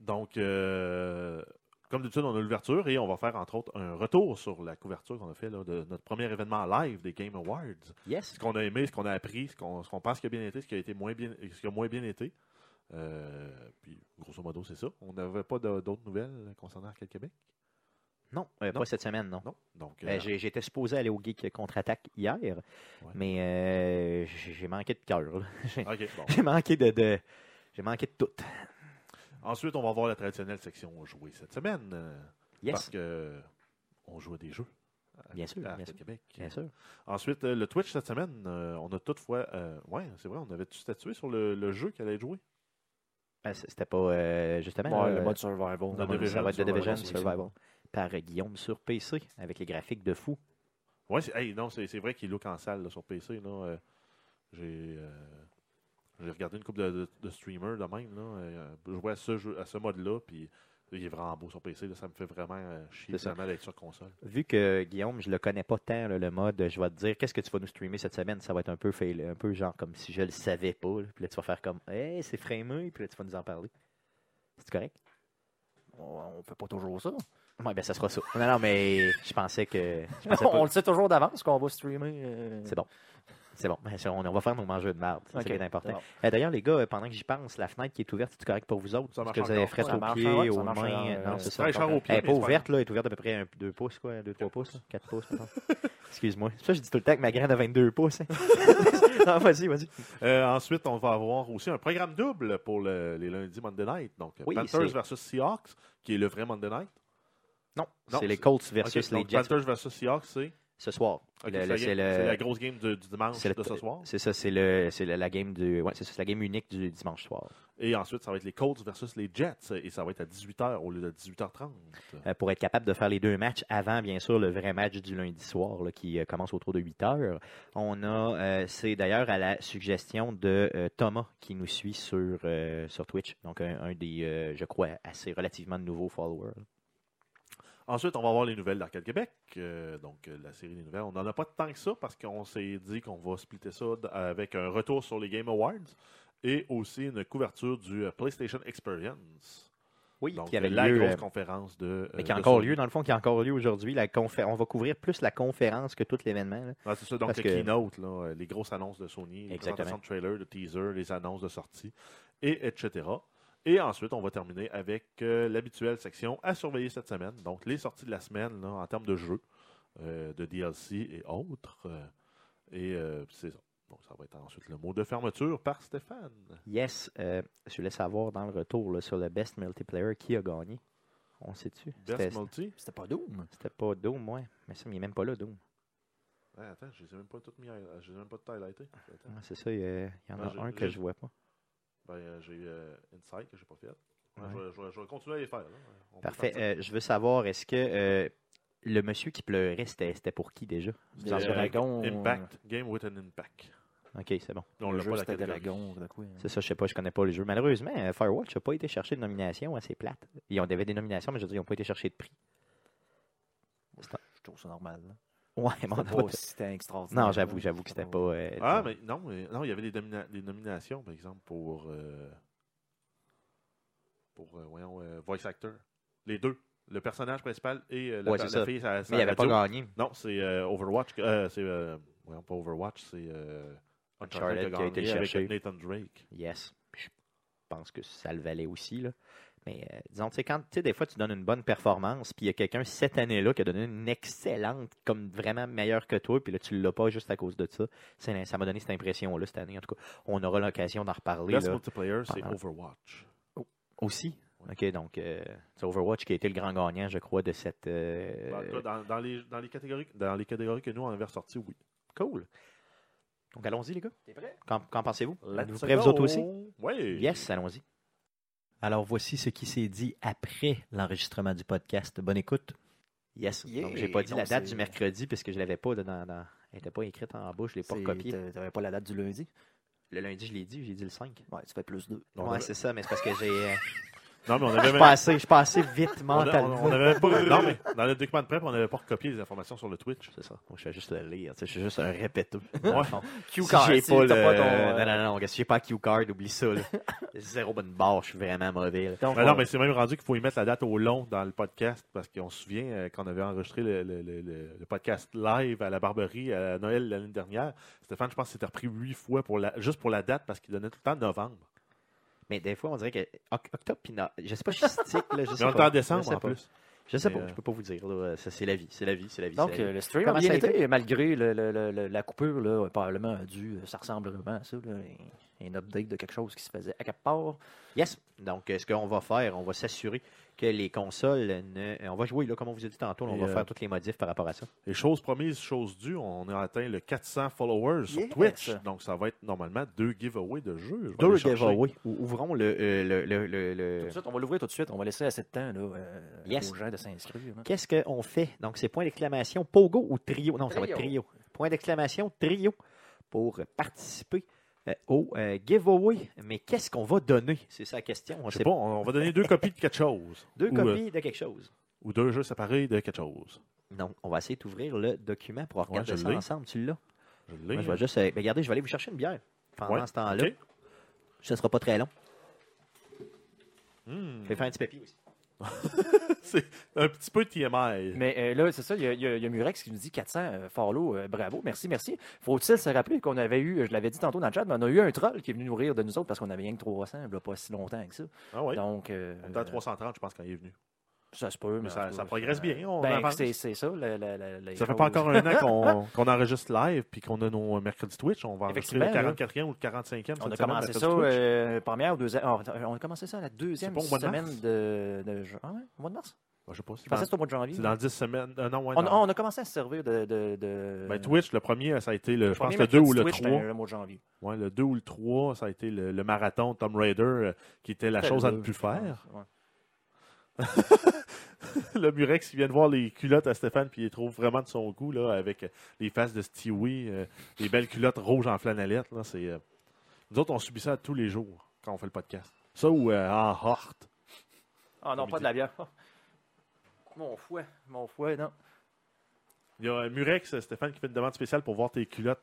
Speaker 1: Donc, euh, comme d'habitude, on a l'ouverture et on va faire entre autres un retour sur la couverture qu'on a fait là, de notre premier événement live des Game Awards.
Speaker 2: Yes.
Speaker 1: Ce qu'on a aimé, ce qu'on a appris, ce qu'on ce qu'on pense qui a bien été, ce qui a été moins bien, ce qui a moins bien été. Euh, puis, grosso modo, c'est ça. On n'avait pas de- d'autres nouvelles concernant Arcade Québec?
Speaker 2: Non, euh,
Speaker 1: Non.
Speaker 2: pas cette semaine, non.
Speaker 1: Non? Donc,
Speaker 2: Euh,
Speaker 1: euh,
Speaker 2: j'ai- J'étais supposé aller au Geek contre-attaque hier, mais euh, j'ai j'ai manqué de cœur. là. [laughs] J'ai-
Speaker 1: OK, bon.
Speaker 2: J'ai manqué de, de- j'ai manqué de tout.
Speaker 1: Ensuite, on va voir la traditionnelle section jouer cette semaine. euh, Parce
Speaker 2: Yes,
Speaker 1: que euh, on joue à des jeux. à-
Speaker 2: Bien sûr,
Speaker 1: à
Speaker 2: bien
Speaker 1: Arcade
Speaker 2: sûr.
Speaker 1: Québec.
Speaker 2: bien sûr.
Speaker 1: Ensuite, euh, le Twitch cette semaine, euh, on a toutefois. euh, ouais, c'est vrai, on avait-tu statué sur le, le jeu qu'elle allait jouer
Speaker 2: Ben, c- C'était pas euh, justement
Speaker 3: Ouais,
Speaker 2: là,
Speaker 3: le mode survival.
Speaker 1: The
Speaker 2: ça va être
Speaker 1: Division
Speaker 2: The Division
Speaker 1: Survival.
Speaker 2: Survival par euh, Guillaume sur PC avec les graphiques de fou.
Speaker 1: Ouais, c'est, hey, non, c'est, c'est vrai qu'il look en salle là, sur PC. Là, euh, j'ai, euh, j'ai regardé une couple de, de- de streamers de même. Là, euh, jouer à ce, jeu, à ce mode-là, puis il est vraiment beau sur PC. là, ça me fait vraiment euh, chier
Speaker 2: C'est ça.
Speaker 1: finalement d'être sur console.
Speaker 2: Vu que Guillaume, je le connais pas tant là, le mode, je vais te dire qu'est-ce que tu vas nous streamer cette semaine, ça va être un peu fail, un peu genre comme si je le savais pas. là. Puis là tu vas faire comme Hey, c'est framé, puis là tu vas nous en parler. C'est correct?
Speaker 3: On ne fait pas toujours ça.
Speaker 2: Ouais, ben ça sera ça. Non, non, mais je pensais que. Je
Speaker 3: [laughs]
Speaker 2: pensais
Speaker 3: on
Speaker 2: pas.
Speaker 3: le sait toujours d'avance qu'on va streamer. euh,
Speaker 2: C'est bon. C'est bon. Ben, ça, on, on va faire nos mangeurs de marde. C'est
Speaker 3: ok.
Speaker 2: ça qui est important.
Speaker 3: Bon.
Speaker 2: Euh, D'ailleurs, les gars, euh, pendant que j'y pense, la fenêtre qui est ouverte, c'est correct pour vous autres?
Speaker 1: Ça
Speaker 2: Parce
Speaker 1: marche
Speaker 2: que vous avez
Speaker 1: encore.
Speaker 2: fret
Speaker 3: Ça
Speaker 2: aux
Speaker 3: marche
Speaker 2: pieds,
Speaker 3: encore, ça
Speaker 2: aux
Speaker 3: marche encore,
Speaker 2: mains.
Speaker 3: euh,
Speaker 2: non, c'est
Speaker 3: c'est
Speaker 2: ça.
Speaker 1: très cher aux
Speaker 2: Elle
Speaker 1: pieds,
Speaker 2: n'est pas
Speaker 1: mais c'est
Speaker 2: ouverte, là. Elle est ouverte à peu près 2 pouces, quoi. 2-3 pouces, 4 pouces,
Speaker 1: [laughs]
Speaker 2: mettons. Excuse-moi. Ça, je dis tout le temps que ma grande a 22 pouces. hein. non, vas-y, vas-y.
Speaker 1: Euh, ensuite, on va avoir aussi un programme double pour le- les lundis Monday Night. Donc,
Speaker 2: Oui,
Speaker 1: Panthers
Speaker 2: c'est-
Speaker 1: versus Seahawks, qui est le vrai Monday Night.
Speaker 2: Non,
Speaker 1: Non,
Speaker 2: c'est les
Speaker 1: c'est-
Speaker 2: Colts versus
Speaker 1: Ok,
Speaker 2: les
Speaker 1: donc,
Speaker 2: Jets
Speaker 1: Panthers versus Seahawks, c'est
Speaker 2: ce soir.
Speaker 1: ok,
Speaker 2: Le-
Speaker 1: c'est
Speaker 2: le-
Speaker 1: la,
Speaker 2: c'est
Speaker 1: game-
Speaker 2: le-
Speaker 1: c'est la grosse game du, du dimanche
Speaker 2: c'est le-
Speaker 1: de ce soir.
Speaker 2: C'est ça, c'est le- c'est la, la game du. Ouais, c'est ça, c'est la game unique du dimanche soir.
Speaker 1: Et ensuite, ça va être les Colts versus les Jets. Et ça va être à 18h au lieu de 18h30.
Speaker 2: Euh, pour être capable de faire les deux matchs avant, bien sûr, le vrai match du lundi soir là, qui euh, commence autour de 8 heures. On a, euh, c'est d'ailleurs à la suggestion de euh, Thomas qui nous suit sur, euh, sur Twitch, donc un, un des, euh, je crois, assez relativement nouveaux followers. là.
Speaker 1: Ensuite, on va voir les nouvelles d'Arcade Québec. Euh, donc, euh, la série des nouvelles. On n'en a pas tant que ça parce qu'on s'est dit qu'on va splitter ça d- avec un retour sur les Game Awards et aussi une couverture du euh, PlayStation Experience.
Speaker 2: Oui,
Speaker 1: Donc,
Speaker 2: qui avait
Speaker 1: euh, la
Speaker 2: lieu,
Speaker 1: grosse
Speaker 2: euh,
Speaker 1: conférence de.
Speaker 2: mais
Speaker 1: euh,
Speaker 2: qui a
Speaker 1: de
Speaker 2: encore
Speaker 1: Sony.
Speaker 2: lieu, dans le fond, qui a encore lieu aujourd'hui. La confé- on va couvrir plus la conférence que tout l'événement. là.
Speaker 1: Ouais, c'est ça, donc
Speaker 2: Parce
Speaker 1: le
Speaker 2: que-
Speaker 1: keynote, là, euh, les grosses annonces de Sony, les
Speaker 2: Exactement.
Speaker 1: présentations de trailers, de teasers, les annonces de sortie, et etc. Et ensuite, on va terminer avec euh, l'habituelle section à surveiller cette semaine, donc les sorties de la semaine là, en termes de jeux, euh, de DLC et autres. euh, et euh, c'est ça. Donc, ça va être ensuite le mot de fermeture par Stéphane.
Speaker 2: Yes, euh, je voulais savoir dans le retour là, sur le best multiplayer qui a gagné. On sait-tu? C'était-
Speaker 1: Best Multi.
Speaker 3: C'était pas Doom.
Speaker 2: C'était pas hein. Doom, ouais. Mais ça, il est même pas là, Doom.
Speaker 1: Ah, attends, je les ai même pas toutes mis, à- je les ai même pas toutes highlightées. Attends.
Speaker 2: Ouais, Ah, c'est ça, il y a- il y en a
Speaker 1: Ouais, j'ai-
Speaker 2: un que
Speaker 1: j'ai-
Speaker 2: je vois pas.
Speaker 1: Ben, euh, j'ai euh, Insight que j'ai pas fait. Ouais,
Speaker 2: Ouais.
Speaker 1: je, vais- je vais- je vais continuer à les faire. là. On peut
Speaker 2: Parfait.
Speaker 1: partir.
Speaker 2: Euh, je veux savoir, est-ce que euh, le monsieur qui pleurait, c'était c'était pour qui déjà?
Speaker 1: Euh,
Speaker 2: Dans le
Speaker 3: Dragon.
Speaker 1: Impact. Game with an Impact.
Speaker 2: Ok, c'est bon.
Speaker 1: On
Speaker 3: le
Speaker 1: l'a
Speaker 3: jeu,
Speaker 1: pas la
Speaker 3: c'était
Speaker 1: catégorie.
Speaker 3: Dragon. de quoi, hein.
Speaker 2: C'est ça, je sais pas, je connais pas le jeu. Malheureusement, euh, Firewatch n'a pas été chercher de nomination, hein, c'est plate. Ils ont avait des nominations, mais je veux dire, ils n'ont pas été chercher de prix.
Speaker 3: Je trouve ça normal. là.
Speaker 2: Ouais, mais on
Speaker 3: C'était
Speaker 2: a
Speaker 3: pas
Speaker 2: pas-
Speaker 3: aussi c'était extraordinaire.
Speaker 2: Non, j'avoue, j'avoue que c'était pas. euh,
Speaker 1: Ah,
Speaker 2: disons-
Speaker 1: mais non, mais non, il y avait des, domina- des nominations, par exemple, pour. euh, pour, euh, voyons, euh, Voice Actor. Les deux. Le personnage principal et euh,
Speaker 2: Ouais,
Speaker 1: la,
Speaker 2: c'est
Speaker 1: la
Speaker 2: ça.
Speaker 1: fille, ça, ça
Speaker 2: Mais il n'avait pas
Speaker 1: radio.
Speaker 2: gagné.
Speaker 1: Non, c'est euh, Overwatch. euh, c'est, euh, voyons, pas Overwatch, c'est euh, Uncharted
Speaker 2: Uncharted qui a été
Speaker 1: gagné avec
Speaker 2: cherché.
Speaker 1: Nathan Drake.
Speaker 2: Yes. Je pense que ça le valait aussi. Là. Mais euh, disons, tu sais, quand tu sais, des fois tu donnes une bonne performance, puis il y a quelqu'un cette année-là qui a donné une excellente, comme vraiment meilleure que toi, puis là tu l'as pas juste à cause de ça. C'est- Ça m'a donné cette impression-là cette année. En tout cas, on aura l'occasion d'en reparler.
Speaker 1: Best
Speaker 2: là. Ah,
Speaker 1: multiplayer, c'est
Speaker 2: pendant-
Speaker 1: Overwatch.
Speaker 2: Aussi. OK, donc euh, c'est Overwatch qui a été le grand gagnant, je crois, de cette. euh,
Speaker 1: Dans, le cas- dans- dans les, dans, les catégories, dans les catégories que nous on avait ressorties, oui.
Speaker 2: Cool. Donc allons-y, les gars.
Speaker 3: T'es prêt?
Speaker 2: Qu'en qu'en pensez-vous?
Speaker 1: Let's
Speaker 2: Vous prêts, vous autres aussi?
Speaker 1: go! Oui.
Speaker 2: Yes, allons-y. Alors voici ce qui s'est dit après l'enregistrement du podcast. Bonne écoute. Yes.
Speaker 3: Yeah,
Speaker 2: donc j'ai pas dit
Speaker 3: donc
Speaker 2: la date
Speaker 3: c'est-
Speaker 2: du mercredi puisque je l'avais pas dans, dans- elle était pas écrite en bas, je l'ai pas recopiée.
Speaker 3: T'avais t'avais pas la date du lundi?
Speaker 2: Le lundi, je l'ai dit, j'ai dit le 5.
Speaker 3: Ouais, tu fais plus deux.
Speaker 1: On
Speaker 2: ouais,
Speaker 1: avait-
Speaker 2: c'est ça, mais c'est parce que j'ai euh,
Speaker 1: Non, mais on
Speaker 2: je [laughs]
Speaker 1: avait
Speaker 2: suis
Speaker 1: même-
Speaker 2: passé, je suis passé vite
Speaker 1: on a-
Speaker 2: mentalement.
Speaker 1: on- on
Speaker 2: [laughs]
Speaker 1: avait pas. Non, mais dans le document de prep, on n'avait pas recopié les informations sur le Twitch.
Speaker 2: C'est ça. Moi, je fais juste le lire. tu sais, Je suis juste un répéteux.
Speaker 1: Ouais.
Speaker 2: Si
Speaker 3: card,
Speaker 2: j'ai
Speaker 3: si
Speaker 2: pas
Speaker 3: t'as
Speaker 2: le...
Speaker 3: pas ton,
Speaker 2: Non,
Speaker 3: euh,
Speaker 2: non, non. regarde, Si j'ai pas Q card, oublie ça. là. Zéro bonne barre. Je suis vraiment mauvais. là.
Speaker 3: Donc,
Speaker 1: Ben non,
Speaker 3: on-
Speaker 1: mais c'est même rendu qu'il faut y mettre la date au long dans le podcast parce qu'on se souvient euh, quand on avait enregistré le, le- le- le- le podcast live à la Barberie à Noël l'année dernière. Stéphane, je pense que c'était repris huit fois pour la, juste pour la date parce qu'il donnait tout le temps novembre.
Speaker 2: Mais des fois, on dirait que oc- octobre, puis no- je [laughs] sais pas, je suis sceptique, là, je sais
Speaker 1: Mais on
Speaker 2: pas.
Speaker 1: était en
Speaker 2: Je
Speaker 1: décembre
Speaker 2: sais
Speaker 1: en
Speaker 2: pas.
Speaker 1: plus.
Speaker 2: Je sais
Speaker 1: Mais,
Speaker 2: pas,
Speaker 1: euh,
Speaker 2: je peux pas vous dire. là, ça, c'est la vie, c'est la vie, c'est la vie.
Speaker 3: Donc,
Speaker 2: c'est la
Speaker 3: euh,
Speaker 2: vie.
Speaker 3: le stream
Speaker 2: Comment
Speaker 3: a bien
Speaker 2: ça a
Speaker 3: été, malgré le- le- le- le- la coupure, là, probablement dû, euh, ça ressemble vraiment à ça, là, un, un update de quelque chose qui se faisait à quelque part.
Speaker 2: Yes. Donc, euh, ce qu'on va faire, on va s'assurer que les consoles ne. euh, On va jouer, là, comme on vous a dit tantôt, on
Speaker 1: Et,
Speaker 2: va
Speaker 1: euh,
Speaker 2: faire toutes les modifs par rapport à ça.
Speaker 1: Et chose promise, chose due, on a atteint le 400 followers sur
Speaker 3: Yes.
Speaker 1: Twitch. Donc ça va être normalement deux giveaways de jeux. Je vais
Speaker 2: Deux
Speaker 1: les chercher.
Speaker 2: giveaways. Ou- Ouvrons le. euh, le, le, le- le-
Speaker 1: Euh,
Speaker 3: Tout de suite, on va l'ouvrir tout de suite, on va laisser assez de temps là, euh,
Speaker 2: Yes.
Speaker 3: aux gens de hein. s'inscrire. là.
Speaker 2: Qu'est-ce qu'on fait Donc, c'est point d'exclamation Pogo ou trio Non, ça va être
Speaker 3: Trio.
Speaker 2: trio. Point d'exclamation trio pour participer euh, au euh, giveaway. Mais qu'est-ce qu'on va donner C'est ça la question. On
Speaker 1: Je
Speaker 2: sait
Speaker 1: sais pas, on on va donner deux copies de quelque chose.
Speaker 2: Deux
Speaker 1: ou, euh,
Speaker 2: copies de quelque chose.
Speaker 1: ou deux jeux séparés de quelque chose.
Speaker 2: Donc, on va essayer d'ouvrir le document pour regarder
Speaker 1: je
Speaker 2: ça
Speaker 1: l'ai.
Speaker 2: ensemble. Tu l'as?
Speaker 1: Je l'ai.
Speaker 2: Moi, je vais juste. euh, ben, regardez, je vais aller vous chercher une bière pendant
Speaker 1: Ouais,
Speaker 2: ce temps-là.
Speaker 1: ok.
Speaker 2: Ce ne sera pas très long.
Speaker 1: Hmm.
Speaker 2: Je vais faire un petit papier aussi.
Speaker 1: C'est un petit peu TMI.
Speaker 3: Mais euh, là, c'est ça, il y, a- il y a- il y a Murex qui nous dit 400 euh, follow, euh, bravo, merci, merci. Faut-il se rappeler qu'on avait eu, je l'avais dit tantôt dans le chat, mais on a eu un troll qui est venu nous rire de nous autres parce qu'on avait rien que 300, là, pas si longtemps que ça.
Speaker 1: Ah ouais.
Speaker 3: Donc, euh,
Speaker 1: On était à 330, je pense, quand il est venu.
Speaker 3: ça se peut.
Speaker 1: Mais
Speaker 3: mais en
Speaker 1: ça,
Speaker 3: tout
Speaker 1: ça
Speaker 3: cas,
Speaker 1: progresse bien. On
Speaker 3: Ben,
Speaker 1: avance.
Speaker 3: c'est c'est ça. La, la- la- la-
Speaker 1: Ça fait pas
Speaker 3: chose.
Speaker 1: encore un an
Speaker 3: [laughs]
Speaker 1: qu'on- qu'on enregistre live puis qu'on a nos euh, mercredis Twitch. On va enregistrer le
Speaker 3: Effectivement, là.
Speaker 1: 44e ou le 45e.
Speaker 3: On a
Speaker 1: cette
Speaker 3: commencé
Speaker 1: semaine,
Speaker 3: ça,
Speaker 1: mercredi Twitch.
Speaker 3: euh, première ou deuxième. ah, on a commencé ça la deuxième
Speaker 1: C'est pas au mois de
Speaker 3: semaine
Speaker 1: mars?
Speaker 3: de, de ju- ah ouais, au mois de mars.
Speaker 1: Ben, je sais pas. c'est
Speaker 3: Je pensais que
Speaker 1: dans-
Speaker 3: c'était au mois de janvier.
Speaker 1: C'est dans 10 semaines. Euh, non, ouais,
Speaker 3: On,
Speaker 1: non.
Speaker 3: on a commencé à se servir de. de, de-
Speaker 1: Ben, Twitch, le premier, ça a été, le, je pense,
Speaker 3: premier
Speaker 1: le 2 ou
Speaker 3: mercredi
Speaker 1: le
Speaker 3: Twitch,
Speaker 1: 3.
Speaker 3: c'était Le mois de janvier.
Speaker 1: Ouais, le 2 ou le 3, ça a été le, le marathon de Tomb Raider, euh, qui était la
Speaker 3: C'était
Speaker 1: chose
Speaker 3: le
Speaker 1: à ne
Speaker 3: deux,
Speaker 1: plus
Speaker 3: je pense,
Speaker 1: faire.
Speaker 3: ouais.
Speaker 1: le Murex, il vient de voir les culottes à Stéphane, puis il les trouve vraiment de son goût, là, avec euh, les faces de Stewie, euh, les belles culottes rouges en flanellette. Là, c'est, euh, Nous autres, on subit ça tous les jours quand on fait le podcast. Ça ou euh, en hort.
Speaker 3: Ah non,
Speaker 1: Comme
Speaker 3: pas
Speaker 1: il
Speaker 3: de la bière. [laughs] Mon fouet, mon fouet, non.
Speaker 1: Il y a euh, Murex, euh, Stéphane, qui fait une demande spéciale pour voir tes culottes.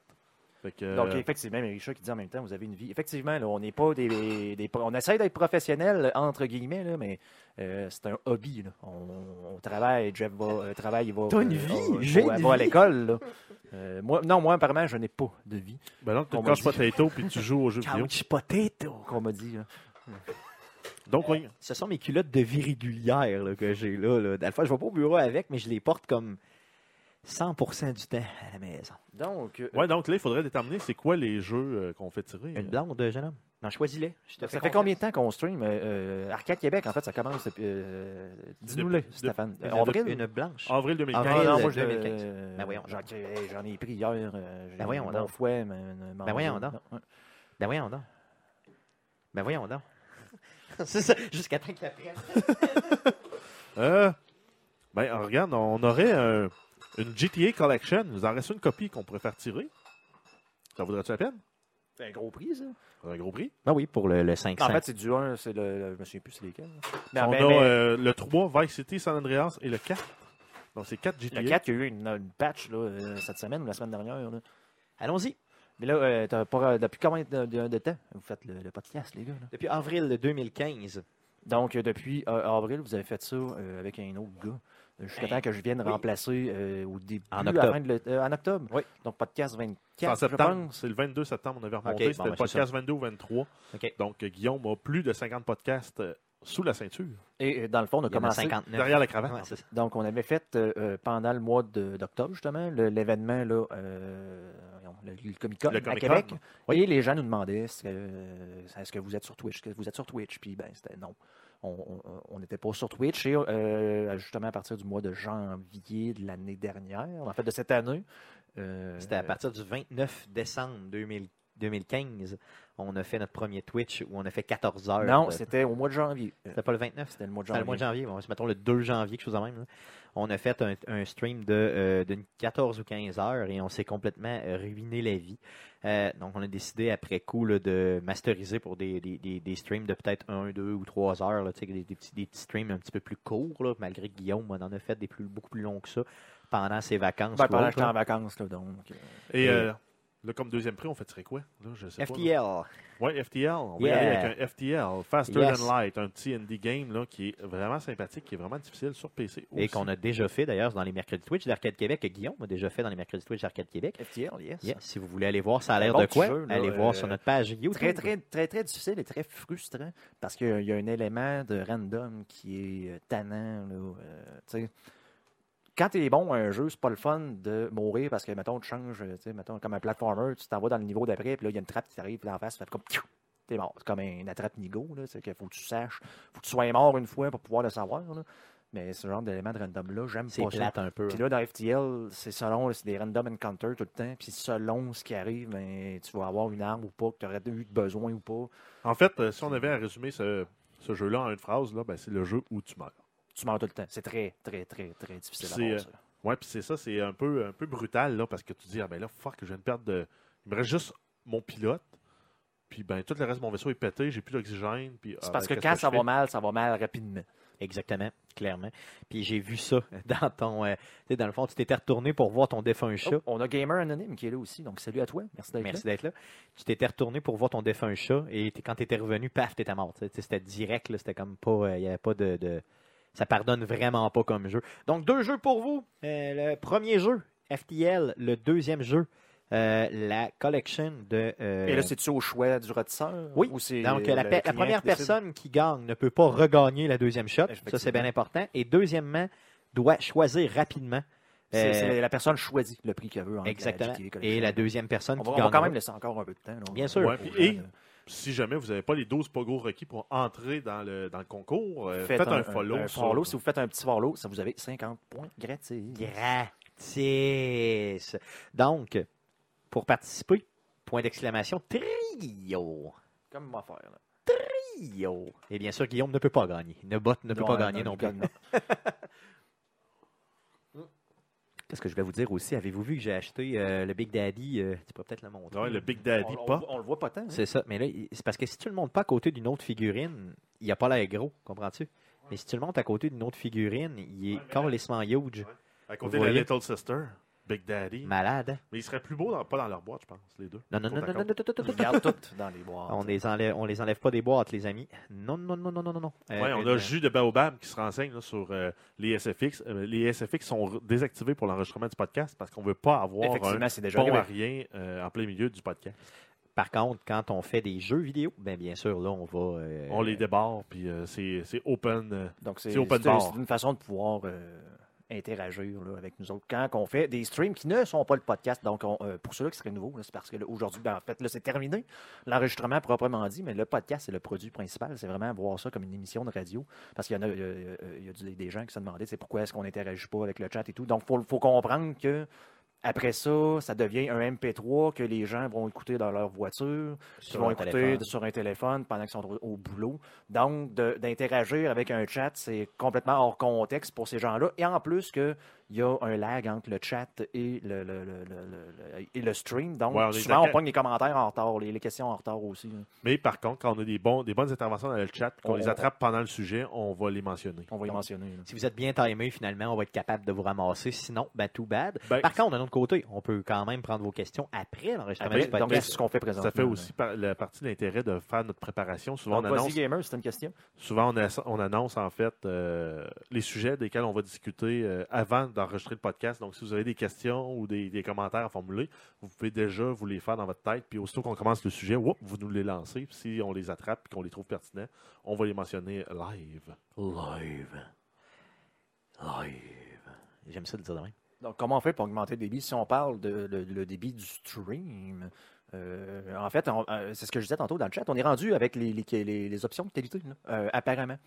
Speaker 1: Fait que, euh,
Speaker 3: Donc, effectivement, mais Richard qui dit en même temps, vous avez une vie. Effectivement, là, on n'est pas des, des- On essaie d'être professionnel, entre guillemets, là, mais euh, c'est un hobby. là. On, on travaille, Jeff va euh, travaille, il va.
Speaker 2: T'as une
Speaker 3: euh,
Speaker 2: vie,
Speaker 3: on-
Speaker 2: j'ai
Speaker 3: va-
Speaker 2: une
Speaker 3: va à
Speaker 2: vie.
Speaker 3: l'école. là. Euh, moi, non, moi, apparemment, je n'ai pas de vie,
Speaker 1: ben non, tu
Speaker 3: on
Speaker 1: te
Speaker 3: m'a
Speaker 1: caches potato, puis tu joues aux jeux
Speaker 2: [laughs]
Speaker 1: vidéo.
Speaker 2: Couch potato.
Speaker 3: qu'on m'a dit. là.
Speaker 1: Donc, oui.
Speaker 2: Ce sont mes culottes de vie régulière là, que j'ai là, là. Dans le fond, je vais pas au bureau avec, mais je les porte comme 100% du temps à la maison.
Speaker 3: Donc, euh,
Speaker 1: Ouais, donc là, il faudrait déterminer c'est quoi les jeux euh, qu'on fait tirer.
Speaker 2: Une blonde, euh, jeune homme? Non, choisis-les. Je te fais
Speaker 3: ça fait
Speaker 2: confiance.
Speaker 3: combien de temps qu'on stream euh, euh, Arcade Québec, en fait, ça commence. depuis, Euh, Dis-nous-le,
Speaker 1: Depuis-
Speaker 3: Stéphane.
Speaker 2: Une-
Speaker 3: En avril?
Speaker 2: Une blanche.
Speaker 1: Avril 2015.
Speaker 3: Ah, non, moi, je,
Speaker 2: 2015.
Speaker 3: euh,
Speaker 2: Ben voyons
Speaker 3: j'en,
Speaker 2: donc.
Speaker 3: hey, j'en ai pris hier. euh, j'ai
Speaker 2: Ben voyons
Speaker 3: mon
Speaker 2: donc.
Speaker 3: fouet, mais- mais-
Speaker 2: Ben voyons donc.
Speaker 3: Ouais.
Speaker 2: Ben voyons donc. Ben voyons donc. [laughs] c'est ça, jusqu'à temps qu'il apprenne.
Speaker 1: Euh, ben, on regarde, on aurait un- une GTA Collection. Il nous en reste une copie qu'on pourrait faire tirer. Ça vaudrait-tu la peine?
Speaker 3: C'est un gros prix, ça.
Speaker 1: Un gros prix.
Speaker 2: Ben oui, pour le, le 500.
Speaker 3: En fait, c'est du 1, c'est le, le- Je me souviens plus c'est lesquels.
Speaker 2: Ben,
Speaker 3: Mais,
Speaker 1: on
Speaker 3: mais-
Speaker 1: a
Speaker 3: mais
Speaker 1: euh, le 3, Vice City, San Andreas et le 4. Donc, c'est 4 GTA.
Speaker 3: le 4, il y a eu une, une patch là, euh, cette semaine ou la semaine dernière. là.
Speaker 2: Allons-y.
Speaker 3: Mais là, euh, t'as pas, depuis combien de, de- de temps vous faites le, le podcast, les gars? là?
Speaker 2: Depuis avril 2015.
Speaker 3: Donc, euh, depuis euh, avril, vous avez fait ça euh, avec un autre gars. Euh, Jusqu'à
Speaker 2: Ben,
Speaker 3: temps que je vienne
Speaker 2: oui.
Speaker 3: remplacer euh, au début.
Speaker 2: En
Speaker 3: à la
Speaker 2: octobre.
Speaker 3: fin de le- euh, en octobre.
Speaker 2: Oui.
Speaker 3: Donc, podcast 24.
Speaker 1: C'est en
Speaker 3: je
Speaker 1: septembre,
Speaker 3: pense.
Speaker 1: c'est le 22 septembre, on avait remonté.
Speaker 2: bon,
Speaker 1: C'était
Speaker 2: ben,
Speaker 1: le
Speaker 2: c'est ça.
Speaker 1: podcast 22 ou 23.
Speaker 2: OK.
Speaker 1: Donc, euh, Guillaume a plus de 50 podcasts euh, sous la ceinture,
Speaker 3: Et euh, dans le fond, on a
Speaker 2: Il y en a
Speaker 3: commencé.
Speaker 2: 59.
Speaker 1: derrière la cravate.
Speaker 2: Ouais, c'est ça.
Speaker 3: Donc, on avait fait euh, euh, pendant le mois de- d'octobre, justement, le- l'événement, là, euh, voyons, le, Comic Con
Speaker 1: Le
Speaker 3: à
Speaker 1: Comic-Con.
Speaker 3: Québec.
Speaker 2: Oui.
Speaker 3: Et les gens nous demandaient est-ce que, euh, est-ce que vous êtes sur Twitch Est-ce que vous êtes sur Twitch Puis, ben, c'était non. On- on- On n'était pas sur Twitch. Et euh, justement, à partir du mois de janvier de l'année dernière, en fait, de cette année. euh,
Speaker 2: C'était à partir du 29 décembre 2000 2015. On a fait notre premier Twitch où on a fait 14 heures.
Speaker 3: Non,
Speaker 2: de-
Speaker 3: c'était au mois de janvier. Euh,
Speaker 2: c'était pas le 29,
Speaker 3: C'était le mois de
Speaker 2: C'était
Speaker 3: janvier.
Speaker 2: le mois de janvier, bon, mettons le 2 janvier, quelque chose de même. là. On a fait un, un stream de, euh, d'une 14 ou 15 heures et on s'est complètement euh, ruiné la vie. Euh, donc, on a décidé après coup là, de masteriser pour des, des, des- des streams de peut-être 1, 2 ou 3 heures, là, tu sais, des, des petits, des petits streams un petit peu plus courts, là, malgré que Guillaume on en a fait des plus, beaucoup plus longs que ça pendant ses vacances.
Speaker 3: Ben,
Speaker 2: ou
Speaker 3: pendant que
Speaker 2: autre,
Speaker 3: j'étais en
Speaker 2: là.
Speaker 3: vacances, là, donc. euh,
Speaker 1: Et
Speaker 2: Et-
Speaker 1: euh, là, comme deuxième prix, on fait tirer quoi là, je sais Pas, là.
Speaker 2: FTL.
Speaker 1: ouais, FTL. On va y
Speaker 2: Yeah.
Speaker 1: aller avec un FTL, Faster
Speaker 2: Yes.
Speaker 1: Than Light, un petit indie game là, qui est vraiment sympathique, qui est vraiment difficile sur PC.
Speaker 2: Et
Speaker 1: aussi.
Speaker 2: qu'on a déjà fait d'ailleurs dans les mercredis Twitch d'Arcade Québec, que Guillaume a déjà fait dans les mercredis Twitch d'Arcade Québec.
Speaker 3: FTL, yes.
Speaker 2: Yeah, Si vous voulez aller voir, ça a l'air
Speaker 3: Bon
Speaker 2: de
Speaker 3: petit
Speaker 2: quoi,
Speaker 3: jeu, là,
Speaker 2: allez voir sur
Speaker 3: euh,
Speaker 2: notre page YouTube.
Speaker 3: Très, très, très, très difficile et très frustrant parce qu'il y a- il y a un élément de random qui est euh, tannant. Là, euh, tu sais. quand tu es bon à un jeu, c'est pas le fun de mourir parce que, mettons, tu changes, euh, tu sais, mettons, comme un platformer, tu t'en vas dans le niveau d'après, puis là, il y a une trappe qui t'arrive, puis d'en face, tu fais comme. Pfiou T'es mort. C'est comme un attrape nigo là. C'est qu'il faut que tu saches, faut que tu sois mort une fois pour pouvoir le savoir, là. Mais ce genre d'élément de random-là, j'aime
Speaker 2: C'est
Speaker 3: pas ça.
Speaker 2: plate un peu. hein.
Speaker 3: Puis là, dans FTL, c'est selon, c'est des random encounters tout le temps. Puis selon ce qui arrive, ben, tu vas avoir une arme ou pas, que tu aurais eu besoin ou pas.
Speaker 1: En fait, euh, si on avait à résumer ce, ce jeu-là en une phrase, là, ben, c'est le jeu où tu meurs.
Speaker 3: Tu meurs tout le temps. C'est très, très, très, très difficile
Speaker 1: C'est,
Speaker 3: à voir
Speaker 1: euh,
Speaker 3: ça.
Speaker 1: Ouais, puis c'est ça, c'est un peu, un peu brutal, là, parce que tu dis, ah ben là, fuck, je viens de perdre de. Il me reste juste mon pilote, puis ben tout le reste de mon vaisseau est pété, j'ai plus d'oxygène, puis. ah,
Speaker 3: C'est parce
Speaker 1: ben,
Speaker 3: que
Speaker 1: qu'est-ce
Speaker 3: quand
Speaker 1: je
Speaker 3: ça va
Speaker 1: fais?
Speaker 3: mal, ça va mal rapidement.
Speaker 2: Exactement, clairement. Puis j'ai vu ça [laughs] dans ton. euh, tu sais, dans le fond, tu t'étais retourné pour voir ton défunt
Speaker 3: Oh,
Speaker 2: chat.
Speaker 3: on a Gamer Anonyme qui est là aussi, donc salut à toi. Merci d'être là.
Speaker 2: Merci d'être là. Tu t'étais retourné pour voir ton défunt chat et t'es- quand tu étais revenu, paf, t'étais mort. tu sais. Tu sais, C'était direct, là, c'était comme pas. euh, Il y avait pas de, de- Ça pardonne vraiment pas comme jeu. Donc, deux jeux pour vous. Euh, le premier jeu, FTL. Le deuxième jeu, euh, la collection de. euh,
Speaker 3: Et là, c'est-tu au choix du rôtisseur?
Speaker 2: Oui.
Speaker 3: Ou c'est
Speaker 2: Donc,
Speaker 3: le-
Speaker 2: la,
Speaker 3: le
Speaker 2: pe- la
Speaker 3: client
Speaker 2: première
Speaker 3: qui décide?
Speaker 2: personne qui gagne ne peut pas regagner la deuxième shot. Ça, c'est
Speaker 3: Effectivement.
Speaker 2: bien important. Et deuxièmement, doit choisir rapidement.
Speaker 3: C'est-
Speaker 2: euh,
Speaker 3: c'est la personne choisit le prix qu'elle veut. entre la
Speaker 2: exactement.
Speaker 3: GK
Speaker 2: Et
Speaker 3: Collection.
Speaker 2: la deuxième personne
Speaker 3: on
Speaker 2: qui
Speaker 3: va, on va
Speaker 2: gagne.
Speaker 3: quand même laisser encore un peu de temps. là. euh,
Speaker 2: Bien sûr.
Speaker 1: Ouais, puis- et- Si jamais vous n'avez pas les 12 pogos requis pour entrer dans le, dans le concours, euh, faites, un, follow.
Speaker 3: un
Speaker 1: sur-
Speaker 3: follow. Si vous faites un petit follow, ça vous avez 50 points gratis.
Speaker 2: Gratis. Donc, pour participer, point d'exclamation, trio.
Speaker 3: Comme moi faire. Là.
Speaker 2: Trio. Et bien sûr, Guillaume ne peut pas gagner. Ne bot ne peut
Speaker 3: Non,
Speaker 2: pas
Speaker 3: non,
Speaker 2: gagner
Speaker 3: non,
Speaker 2: non plus.
Speaker 3: non.
Speaker 2: Qu'est-ce que je vais vous dire aussi? Avez-vous vu que j'ai acheté euh, le Big Daddy? euh, tu peux peut-être le montrer.
Speaker 1: Ouais, le Big
Speaker 3: On,
Speaker 1: Daddy
Speaker 3: on-
Speaker 1: pas.
Speaker 3: on le voit pas tant. hein.
Speaker 2: C'est ça. Mais là, il- c'est parce que si tu le montes pas à côté d'une autre figurine, il n'y a pas l'air gros, comprends-tu? Mais si tu le montes à côté d'une autre figurine, il est
Speaker 1: Ouais, mais-
Speaker 2: carrément huge.
Speaker 1: À
Speaker 2: Vous
Speaker 1: côté de la
Speaker 2: voyez?
Speaker 1: Little Sister, Big Daddy.
Speaker 2: Malade.
Speaker 1: Mais il serait plus beau dans- pas dans leur boîte, je pense, les deux.
Speaker 2: Non, non,
Speaker 1: Côte
Speaker 2: non, non,
Speaker 1: à
Speaker 2: non,
Speaker 1: côte.
Speaker 2: non, non,
Speaker 3: On
Speaker 2: non, non,
Speaker 3: regarde tout dans les boîtes.
Speaker 2: On les enlève, on les enlève pas des boîtes, les amis. Non, non, non, non, non, non, non.
Speaker 3: Ben,
Speaker 2: Euh,
Speaker 1: Ouais, on
Speaker 2: une-
Speaker 1: a Jus de Baobab qui se renseigne là, sur euh, les SFX. Euh, les SFX sont r- désactivés pour l'enregistrement du podcast parce qu'on ne veut pas avoir un
Speaker 3: Effectivement, c'est déjà
Speaker 1: bon à
Speaker 3: arrivé.
Speaker 1: rien euh, en plein milieu du podcast.
Speaker 2: Par contre, quand on fait des jeux vidéo, ben bien sûr, là, on va. euh,
Speaker 1: On les débarre, puis euh, c'est c'est open. euh,
Speaker 3: Donc, c'est
Speaker 1: C'est open
Speaker 3: c'est-
Speaker 1: bar.
Speaker 3: c'est une façon de pouvoir euh, interagir là, avec nous autres. Quand on fait des streams qui ne sont pas le podcast, donc on, euh, pour ceux-là qui seraient nouveaux, là, c'est parce que là, aujourd'hui, ben, en fait, là, c'est terminé l'enregistrement proprement dit, mais le podcast, c'est le produit principal. C'est vraiment voir ça comme une émission de radio. Parce qu'il y en a, il y a, euh, il y a du- des gens qui se demandaient c'est pourquoi est-ce qu'on n'interagit pas avec le chat et tout. Donc, il faut, faut comprendre que. Après ça, ça devient un MP3 que les gens vont écouter dans leur voiture, qui
Speaker 2: sur
Speaker 3: vont
Speaker 2: leur
Speaker 3: écouter
Speaker 2: téléphone.
Speaker 3: sur un téléphone pendant qu'ils sont au, au boulot. Donc, de- d'interagir avec un chat, c'est complètement hors contexte pour ces gens-là. Et en plus que il y a un lag entre le chat et le, le- le- le- le- le- et le stream. Donc,
Speaker 1: Ouais, on est
Speaker 3: souvent, on
Speaker 1: d'accord.
Speaker 3: pogne les commentaires en retard, les, les questions en retard aussi. hein, là.
Speaker 1: Mais par contre, quand on a des, bons, des bonnes interventions dans le chat, qu'on
Speaker 3: On-
Speaker 1: les attrape pendant le sujet, on va les mentionner.
Speaker 3: On va les
Speaker 2: Donc,
Speaker 3: mentionner. là.
Speaker 2: Si vous êtes bien timé, finalement, on va être capable de vous ramasser. Sinon, ben, too bad.
Speaker 1: Ben,
Speaker 2: Par contre, d'un autre côté, on peut quand même prendre vos questions après l'enregistrement
Speaker 3: Après,
Speaker 2: du
Speaker 3: donc, c'est
Speaker 2: podcast.
Speaker 3: ce qu'on fait présentement.
Speaker 1: ça fait
Speaker 3: là.
Speaker 1: aussi par- la partie de l'intérêt de faire notre préparation. Souvent,
Speaker 3: Donc,
Speaker 1: on
Speaker 3: vas-y,
Speaker 1: annonce,
Speaker 3: gamer, c'est une question.
Speaker 1: souvent on, ass- on annonce en fait euh, les sujets desquels on va discuter euh, avant d'enregistrer le podcast. Donc, si vous avez des questions ou des, des commentaires à formuler, vous pouvez déjà vous les faire dans votre tête. Puis, aussitôt qu'on commence le sujet, whoop, vous nous les lancez. Puis si on les attrape et qu'on les trouve pertinents, on va les mentionner live.
Speaker 2: Live. Live. J'aime ça de dire de même.
Speaker 3: Donc, comment on fait pour augmenter le débit si on parle de le, le débit du stream? euh, en fait, on- euh, c'est ce que je disais tantôt dans le chat. On est rendu avec les, les- les- les options de qualité, là, euh, apparemment.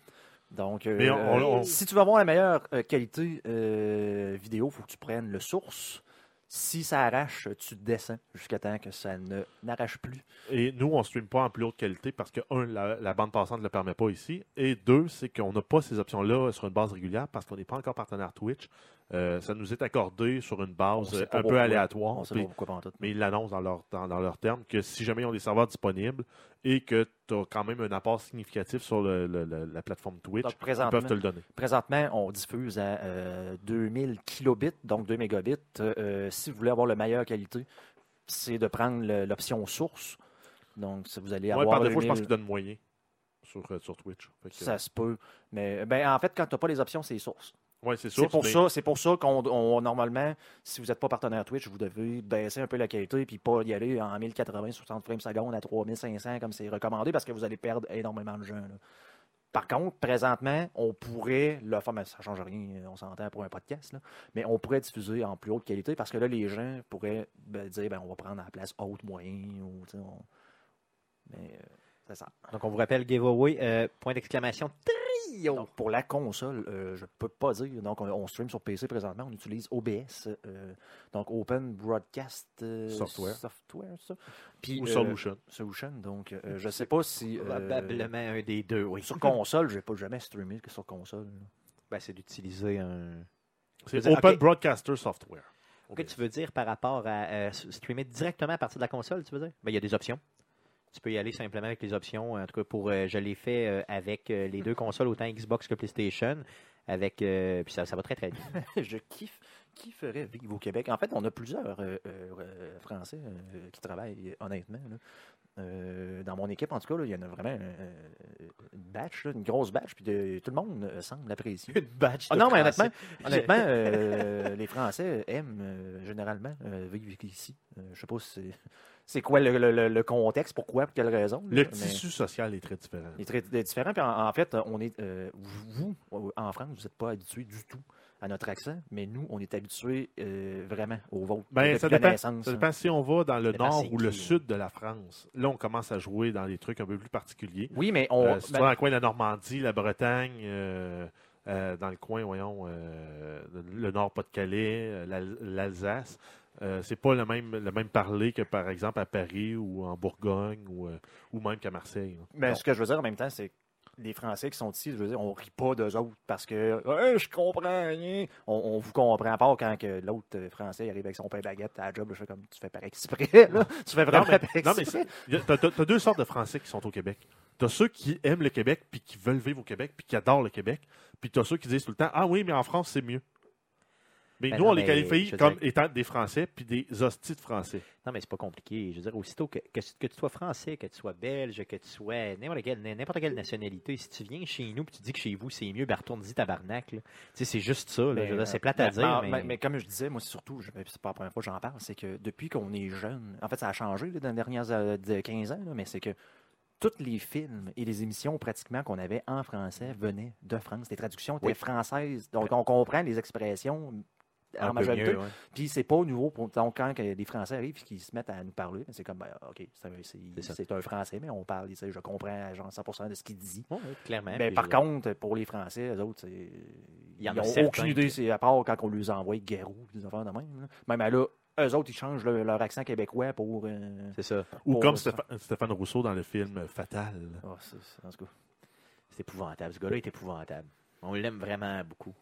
Speaker 3: Donc, euh,
Speaker 1: Mais on- on- on-
Speaker 3: si tu veux avoir la meilleure euh, qualité euh, vidéo, il faut que tu prennes le source. Si ça arrache, tu descends jusqu'à temps que ça ne n'arrache plus.
Speaker 1: Et nous, on ne stream pas en plus haute qualité parce que, un, la, la bande passante ne le permet pas ici. Et deux, c'est qu'on n'a pas ces options-là sur une base régulière parce qu'on n'est pas encore partenaire Twitch. Euh, ça nous est accordé sur une base
Speaker 3: On sait
Speaker 1: euh,
Speaker 3: pas
Speaker 1: un peu
Speaker 3: pourquoi.
Speaker 1: aléatoire.
Speaker 3: on sait
Speaker 1: Puis-
Speaker 3: pas pourquoi pas en tout.
Speaker 1: mais ils l'annoncent dans leur, dans, dans leur terme que si jamais ils ont des serveurs disponibles et que tu as quand même un apport significatif sur le- le- le- la plateforme Twitch,
Speaker 3: Donc,
Speaker 1: ils
Speaker 3: présentement,
Speaker 1: peuvent te le donner.
Speaker 3: Présentement, on diffuse à euh, 2000 kilobits, donc 2 mégabits. Euh, si vous voulez avoir la meilleure qualité, c'est de prendre le- l'option source. Donc, si vous allez
Speaker 1: Ouais,
Speaker 3: avoir.
Speaker 1: par défaut, je
Speaker 3: 2000,
Speaker 1: pense qu'ils donnent moyen sur, euh, sur Twitch. Fait que,
Speaker 3: Ça se peut. Mais ben, en fait, quand tu n'as pas les options, c'est source.
Speaker 1: ouais, c'est sûr.
Speaker 3: C'est pour
Speaker 1: mais-
Speaker 3: ça, c'est pour ça qu'on on- normalement, si vous n'êtes pas partenaire Twitch, vous devez baisser un peu la qualité puis pas y aller en 1080 60 frames secondes à 3500 comme c'est recommandé parce que vous allez perdre énormément de gens. là. Par contre, présentement, on pourrait le faire, mais ça change rien, on s'entend pour un podcast, là, mais on pourrait diffuser en plus haute qualité parce que là, les gens pourraient ben, dire ben, on va prendre la place haute, moyen, ou tu sais, on- mais euh, c'est ça.
Speaker 2: Donc, on vous rappelle, giveaway, euh, point d'exclamation, trio.
Speaker 3: Donc, pour la console, euh, je peux pas dire. Donc, on, on stream sur PC présentement, on utilise OBS, euh, donc Open Broadcast euh,
Speaker 1: Software.
Speaker 3: Software, ça. Puis,
Speaker 1: Ou
Speaker 3: euh,
Speaker 1: Solution.
Speaker 3: Solution, donc euh, je sais pas si. euh,
Speaker 2: Probablement un des deux, oui.
Speaker 3: sur console, j'ai pas jamais streamé que sur console. [laughs] là.
Speaker 2: Ben, c'est d'utiliser un.
Speaker 1: C'est
Speaker 2: veux dire,
Speaker 1: Open
Speaker 2: ok.
Speaker 1: Broadcaster Software.
Speaker 2: Que tu veux dire par rapport à euh, streamer directement à partir de la console, tu veux dire? Ben, il y a des options. Tu peux y aller simplement avec les options. En tout cas, pour, euh, je l'ai fait euh, avec euh, les deux consoles, autant Xbox que PlayStation. Avec, euh, puis ça, ça va très très bien.
Speaker 3: je kiffe. Qui ferait vivre au Québec? En fait, on a plusieurs euh, euh, euh, Français euh, qui travaillent, euh, honnêtement. là. Euh, dans mon équipe, en tout cas, là, il y en a vraiment euh, une batch, là, une grosse batch, puis de- tout le monde euh, semble apprécier.
Speaker 2: [laughs] Une badge.
Speaker 3: Ah non, mais honnêtement, honnêtement euh, les Français aiment euh, généralement euh, vivre ici. Euh, je sais pas si c'est- c'est quoi le, le- le- le contexte, pourquoi, pour quelle raison.
Speaker 1: Le
Speaker 3: là, mais-
Speaker 1: tissu social est très différent.
Speaker 3: il est très très différent. Puis en, en fait, on est, euh, vous, vous, en France, vous n'êtes pas habitués du tout à notre accent, mais nous, on est habitués euh, vraiment au vôtre.
Speaker 1: Ben,
Speaker 3: depuis
Speaker 1: ça
Speaker 3: la
Speaker 1: dépend.
Speaker 3: naissance,
Speaker 1: Ça
Speaker 3: hein.
Speaker 1: dépend si on va dans le
Speaker 2: dépend
Speaker 1: nord
Speaker 2: c'est
Speaker 1: ou le
Speaker 2: qui, hein.
Speaker 1: sud de la France. Là, on commence à jouer dans des trucs un peu plus particuliers.
Speaker 3: Oui, mais on.
Speaker 1: Euh, si tu
Speaker 3: ben,
Speaker 1: vas dans le coin de la Normandie, la Bretagne, euh, euh, dans le coin, voyons, euh, le Nord-Pas-de-Calais, euh, l'Al- l'Alsace, euh, c'est pas le même, le même parler que, par exemple, à Paris ou en Bourgogne ou, euh, ou même qu'à Marseille. là.
Speaker 3: mais ce que je veux dire en même temps, c'est que les Français qui sont ici, je veux dire, on rit pas d'eux autres parce que Hey, je comprends rien. On, on vous comprend pas quand que l'autre euh, Français arrive avec son pain baguette à la job, je fais comme tu fais par exprès. là. [laughs] Tu fais vraiment
Speaker 1: Non, mais-
Speaker 3: par exprès.
Speaker 1: non, mais c'est- y a- T'as t'as- t'as deux sortes de Français qui sont au Québec. T'as ceux qui aiment le Québec, puis qui veulent vivre au Québec, puis qui adorent le Québec. Puis t'as ceux qui disent tout le temps « Ah oui, mais en France, c'est mieux. » Mais
Speaker 2: Ben
Speaker 1: nous,
Speaker 2: non,
Speaker 1: on les
Speaker 2: mais je
Speaker 1: qualifie
Speaker 2: veux
Speaker 1: comme
Speaker 2: dire-
Speaker 1: étant des Français, puis des hosties de Français.
Speaker 2: Non, mais c'est pas compliqué. Je veux dire, aussitôt que, que, que tu sois français, que tu sois belge, que tu sois n'importe quelle, n'importe quelle nationalité, si tu viens chez nous et tu dis que chez vous c'est mieux, ben retourne-y tabarnak. là. Tu sais, c'est juste ça. là.
Speaker 3: Mais,
Speaker 2: Je veux dire, c'est
Speaker 3: euh,
Speaker 2: plate à
Speaker 3: mais-
Speaker 2: dire.
Speaker 3: mais,
Speaker 2: Mais,
Speaker 3: mais comme je disais, moi, c'est surtout, je- c'est pas la première fois que j'en parle, c'est que depuis qu'on est jeune, en fait, ça a changé là, dans les dernières euh, de 15 ans, là, mais c'est que tous les films et les émissions pratiquement qu'on avait en français venaient de France. Les traductions étaient
Speaker 2: Oui.
Speaker 3: françaises, donc on comprend les expressions
Speaker 2: Un
Speaker 3: en
Speaker 2: peu
Speaker 3: majorité.
Speaker 1: hein.
Speaker 2: mieux, ouais.
Speaker 3: Puis c'est pas nouveau. Pour, donc quand que les Français arrivent et qu'ils se mettent à nous parler, c'est comme, ben, OK, c'est un-
Speaker 2: C'est
Speaker 3: c'est
Speaker 2: ça.
Speaker 3: c'est un français, mais on parle, tu sais, je comprends genre 100% de ce qu'il dit.
Speaker 2: Ouais, ouais, clairement.
Speaker 3: Mais
Speaker 2: Puis
Speaker 3: par
Speaker 2: je-
Speaker 3: contre, pour les Français, eux autres, c'est- ils
Speaker 2: y en a
Speaker 3: n'ont
Speaker 2: certains
Speaker 3: aucune idée,
Speaker 2: que-
Speaker 3: c'est à part quand on les envoie Guérou, des affaires de même. là. Même à là, eux autres, ils changent le- leur accent québécois pour. euh,
Speaker 2: C'est ça.
Speaker 1: Ou
Speaker 3: pour-
Speaker 1: comme
Speaker 3: ça.
Speaker 1: Stépha- Stéphane Rousseau dans le film Fatal.
Speaker 3: Ah, c'est- c'est- en tout cas.
Speaker 2: C'est épouvantable. Ce gars-là est épouvantable. On l'aime vraiment beaucoup.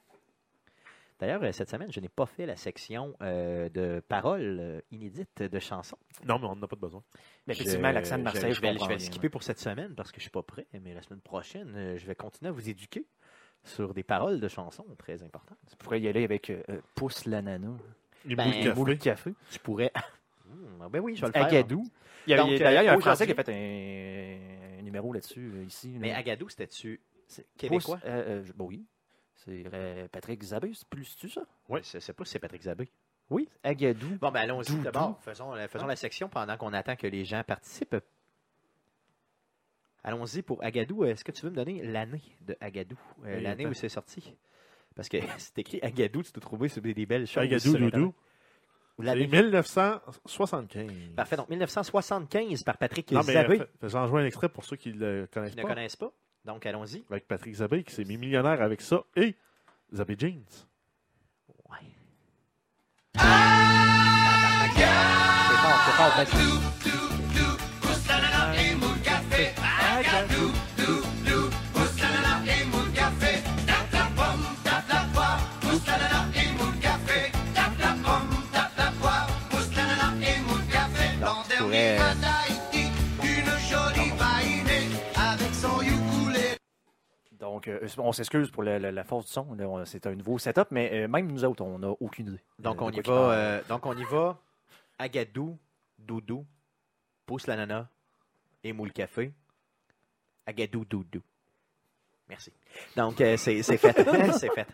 Speaker 2: D'ailleurs, euh, cette semaine, je n'ai pas fait la section euh, de paroles euh, inédites de chansons.
Speaker 1: Non, mais on n'en a pas de besoin.
Speaker 3: Mais effectivement,
Speaker 2: Je-
Speaker 3: l'accent de
Speaker 2: je-
Speaker 3: Marseille,
Speaker 2: je, vais,
Speaker 3: comprends
Speaker 2: je vais le
Speaker 3: bien,
Speaker 2: skipper pour cette semaine parce que je suis pas prêt, mais la semaine prochaine, euh, je vais continuer à vous éduquer sur des paroles de chansons très importantes.
Speaker 3: ouais. Tu pourrais y aller avec euh, euh, Pousse l'ananas,
Speaker 1: Les
Speaker 2: Ben,
Speaker 1: moules de café.
Speaker 3: Moule Café,
Speaker 2: Tu pourrais. [laughs] Hmm, ben oui, je vais le faire.
Speaker 3: Agadou. Il y a-
Speaker 2: Donc,
Speaker 3: il y a- D'ailleurs, il y a un
Speaker 2: euh,
Speaker 3: Français qui a fait un, un numéro là-dessus, euh, ici. là.
Speaker 2: Mais Agadou, c'était-tu
Speaker 3: C'est-
Speaker 2: québécois?
Speaker 3: Pousse- euh, euh, je- bon, oui. C'est euh, Patrick Zabé, c'est plus-tu ça?
Speaker 1: Oui.
Speaker 2: Je sais pas si c'est Patrick Zabé.
Speaker 3: Oui. Agadou.
Speaker 2: Bon, ben allons-y
Speaker 3: Doudou.
Speaker 2: d'abord. Faisons, la-
Speaker 1: Hein?
Speaker 2: faisons la section pendant qu'on attend que les gens participent. Allons-y pour Agadou. Euh, Est-ce que tu veux me donner l'année de Agadou Euh,
Speaker 1: Oui,
Speaker 2: L'année
Speaker 1: attends.
Speaker 2: où c'est sorti Parce que [laughs] c'est écrit Agadou, tu te trouves sur des des belles choses.
Speaker 1: Agadou
Speaker 2: sur Internet.
Speaker 1: Doudou.
Speaker 2: Ou
Speaker 1: C'est
Speaker 2: l'année.
Speaker 1: 1975.
Speaker 2: Parfait. Donc 1975 par Patrick
Speaker 1: Non, mais
Speaker 2: Zabé,
Speaker 1: euh, fais- j'en joins un extrait pour ceux qui ne le connaissent
Speaker 2: qui ne
Speaker 1: pas.
Speaker 2: connaissent pas. Donc allons-y.
Speaker 1: Avec Patrick Zabé qui s'est mis millionnaire avec ça et Zabé Jeans.
Speaker 2: Ouais. C'est fort, c'est fort, Patrick.
Speaker 4: L'an dernier, à Tahiti, une jolie vainée avec son ukulélé.
Speaker 3: Donc, euh, on s'excuse pour la, la- la force du son. là, on- C'est un nouveau setup, mais euh, même nous autres, on n'a aucune idée.
Speaker 2: Donc
Speaker 3: Euh,
Speaker 2: on
Speaker 3: de
Speaker 2: y
Speaker 3: quoi
Speaker 2: va.
Speaker 3: qu'il
Speaker 2: euh, donc on y va. Agadou, doudou, pousse l'ananas et moule café. Agadou, doudou. Merci. Donc euh, c'est c'est fait, [laughs] c'est fait.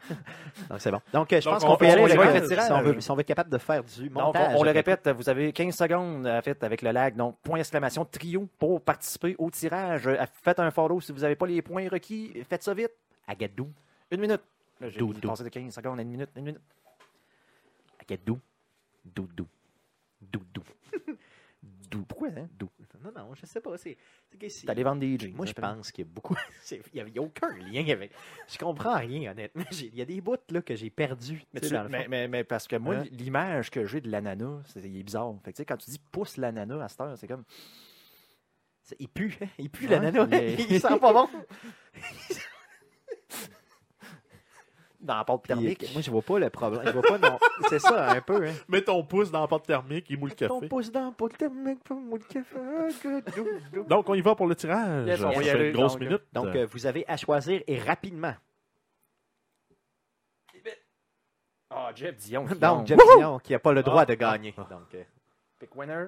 Speaker 2: Donc c'est bon. Donc euh, je
Speaker 1: Donc,
Speaker 2: pense
Speaker 1: on-
Speaker 2: qu'on peut y
Speaker 1: on
Speaker 2: aller
Speaker 1: y
Speaker 2: avec
Speaker 1: va
Speaker 2: euh,
Speaker 1: avec
Speaker 3: le
Speaker 2: si,
Speaker 3: tirage.
Speaker 2: on veut, si on veut être capable de faire du
Speaker 3: parle. Donc,
Speaker 2: montage.
Speaker 3: on, on le
Speaker 2: avec-
Speaker 3: répète, vous avez 15 secondes à fait, avec le lag. Donc, point exclamation trio pour participer au tirage. Euh, Faites un follow si vous n'avez pas les points requis. Faites ça vite.
Speaker 2: Agadou,
Speaker 3: Une minute. Là, J'ai
Speaker 2: Doudou.
Speaker 3: passé de 15 secondes à une minute. Une minute.
Speaker 2: agadou, doudou, doudou. Dou. Pourquoi hein? Dou. Non non, je sais pas. C'est c'est que c'est-
Speaker 3: T'allais vendre des jeans.
Speaker 2: Moi, je
Speaker 3: Ça fait-
Speaker 2: pense qu'il y a beaucoup. [laughs] c'est- Il n'y a, aucun lien avec. Je comprends rien, honnêtement. J'ai- Il y a des bouts là, que j'ai perdus.
Speaker 3: Mais,
Speaker 2: tu sais,
Speaker 3: tu-
Speaker 2: dans le fond.
Speaker 3: mais, mais- mais parce que moi,
Speaker 1: Hein?
Speaker 3: l'image que j'ai de l'ananas, c'est il est bizarre. Fait que, tu sais, quand tu dis pousse l'ananas à cette heure, c'est comme.
Speaker 2: C'est- Il pue, hein? il pue
Speaker 3: Ouais,
Speaker 2: l'ananas. [laughs]
Speaker 3: mais-
Speaker 2: il sent pas
Speaker 3: [laughs]
Speaker 2: bon.
Speaker 3: Dans la porte thermique.
Speaker 2: euh, moi, je vois pas le problème. Je vois pas,
Speaker 3: [laughs]
Speaker 2: non. C'est ça, un peu. Hein?
Speaker 1: Mets ton pouce dans la porte thermique et moule café.
Speaker 2: pouce dans pour le mec, pour mon café. [laughs]
Speaker 1: Donc, on y va pour le tirage.
Speaker 3: Yes, on
Speaker 1: Ça
Speaker 3: va y
Speaker 1: fait
Speaker 3: aller,
Speaker 1: une grosse
Speaker 3: donc.
Speaker 1: minute.
Speaker 2: Donc, euh, vous avez à choisir et rapidement.
Speaker 3: Ah, Jeff Dion. Dion.
Speaker 2: Donc, Jeff Dion, qui n'a pas le droit
Speaker 3: Ah,
Speaker 2: de gagner. Donc, euh,
Speaker 3: Pick winner.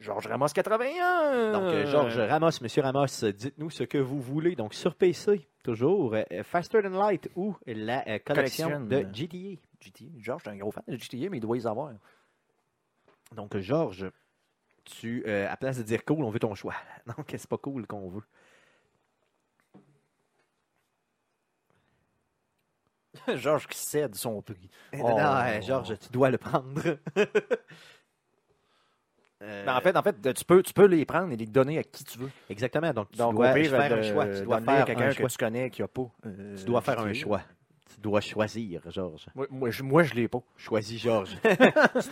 Speaker 3: Georges Ramos 81.
Speaker 2: Donc, euh, Georges Ramos, Monsieur Ramos, euh, dites-nous ce que vous voulez. Donc, sur PC, toujours, euh, euh, Faster Than Light ou la euh, collection
Speaker 3: Collection.
Speaker 2: de GTA.
Speaker 3: GTA. Georges, t'es un gros fan de GTA, mais il doit les avoir. [laughs]
Speaker 2: Donc, euh, Georges, tu, euh, à place de dire cool, on veut ton choix. [laughs] Donc, c'est pas cool qu'on veut.
Speaker 3: Georges qui cède son prix.
Speaker 2: Eh,
Speaker 3: Oh.
Speaker 2: Non, euh, Georges, tu dois le prendre. [laughs] Euh,
Speaker 3: Mais en fait, en fait tu, peux, tu peux les prendre et les donner à qui tu veux.
Speaker 2: exactement. Donc, tu
Speaker 3: Donc,
Speaker 2: dois
Speaker 3: au pire,
Speaker 2: faire
Speaker 3: de-
Speaker 2: un choix. Tu dois
Speaker 3: donner à
Speaker 2: faire
Speaker 3: quelqu'un
Speaker 2: un
Speaker 3: que
Speaker 2: choix.
Speaker 3: tu connais qui a pas. euh,
Speaker 2: Tu dois faire un
Speaker 3: GTA.
Speaker 2: choix. Tu dois choisir, Georges.
Speaker 3: Moi, moi, je, moi, je l'ai pas.
Speaker 2: Choisis, Georges. tu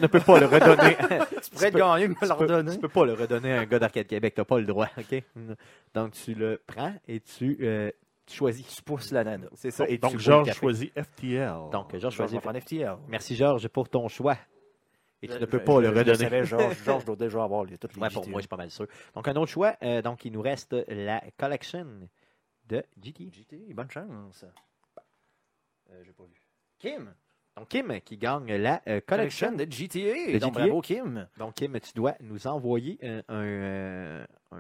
Speaker 2: ne peux pas le redonner.
Speaker 3: Tu pourrais te gagner, me
Speaker 2: [laughs] Tu peux, tu peux pas le redonner à un gars d'Arcade Québec, t'as pas le droit, OK? Donc tu le prends et tu, euh, tu choisis.
Speaker 3: Tu pousses l'ananas.
Speaker 2: C'est ça. et tu bois
Speaker 1: Donc,
Speaker 2: le
Speaker 1: Georges
Speaker 2: café.
Speaker 1: choisit FTL.
Speaker 2: Donc Georges
Speaker 3: Georges
Speaker 2: choisit.
Speaker 3: va prendre FTL.
Speaker 2: Merci Georges pour ton choix. hein. Et tu
Speaker 3: Je-
Speaker 2: ne peux
Speaker 3: euh, je-
Speaker 2: pas
Speaker 3: je-
Speaker 2: le
Speaker 3: Je
Speaker 2: redonner.
Speaker 3: savais, Georges, Georges
Speaker 2: [laughs]
Speaker 3: doit déjà avoir les, toutes les
Speaker 2: Ouais, pour
Speaker 3: GTA.
Speaker 2: moi, je suis pas mal sûr. Donc un autre choix, euh, donc il nous reste la collection de GT.
Speaker 3: GTA, bonne chance. Euh, j'ai pas vu. Kim!
Speaker 2: Donc Kim qui gagne la euh, collection.
Speaker 3: Collection de GTA.
Speaker 2: De
Speaker 3: Donc,
Speaker 2: GTA.
Speaker 3: bravo, Kim.
Speaker 2: Donc Kim, tu dois nous envoyer euh, un, euh, un,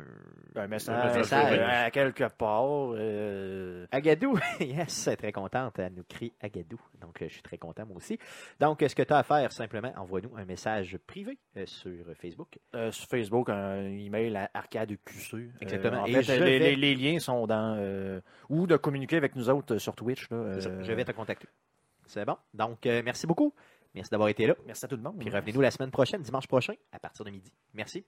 Speaker 3: Un
Speaker 1: Un
Speaker 3: message,
Speaker 2: message.
Speaker 3: euh, à quelque part. euh,
Speaker 2: Agadou, [laughs] yes, très contente. Elle nous crie Agadou. Donc, euh, je suis très content, moi aussi. Donc, euh, ce que tu as à faire, simplement, envoie-nous un message privé euh, sur Facebook.
Speaker 3: euh, sur Facebook, un email à ArcadeQC. Euh,
Speaker 2: Exactement.
Speaker 3: en
Speaker 2: Et
Speaker 3: fait,
Speaker 2: je
Speaker 3: les,
Speaker 2: vais-
Speaker 3: les- les liens sont dans. euh, ou de communiquer avec nous autres euh, sur Twitch. là,
Speaker 2: C'est ça,
Speaker 3: euh,
Speaker 2: Je vais te contacter. C'est bon. Donc, euh, merci beaucoup. Merci d'avoir été là.
Speaker 3: Merci à tout le monde.
Speaker 2: Puis revenez-nous la semaine prochaine, dimanche prochain, à partir de midi. Merci.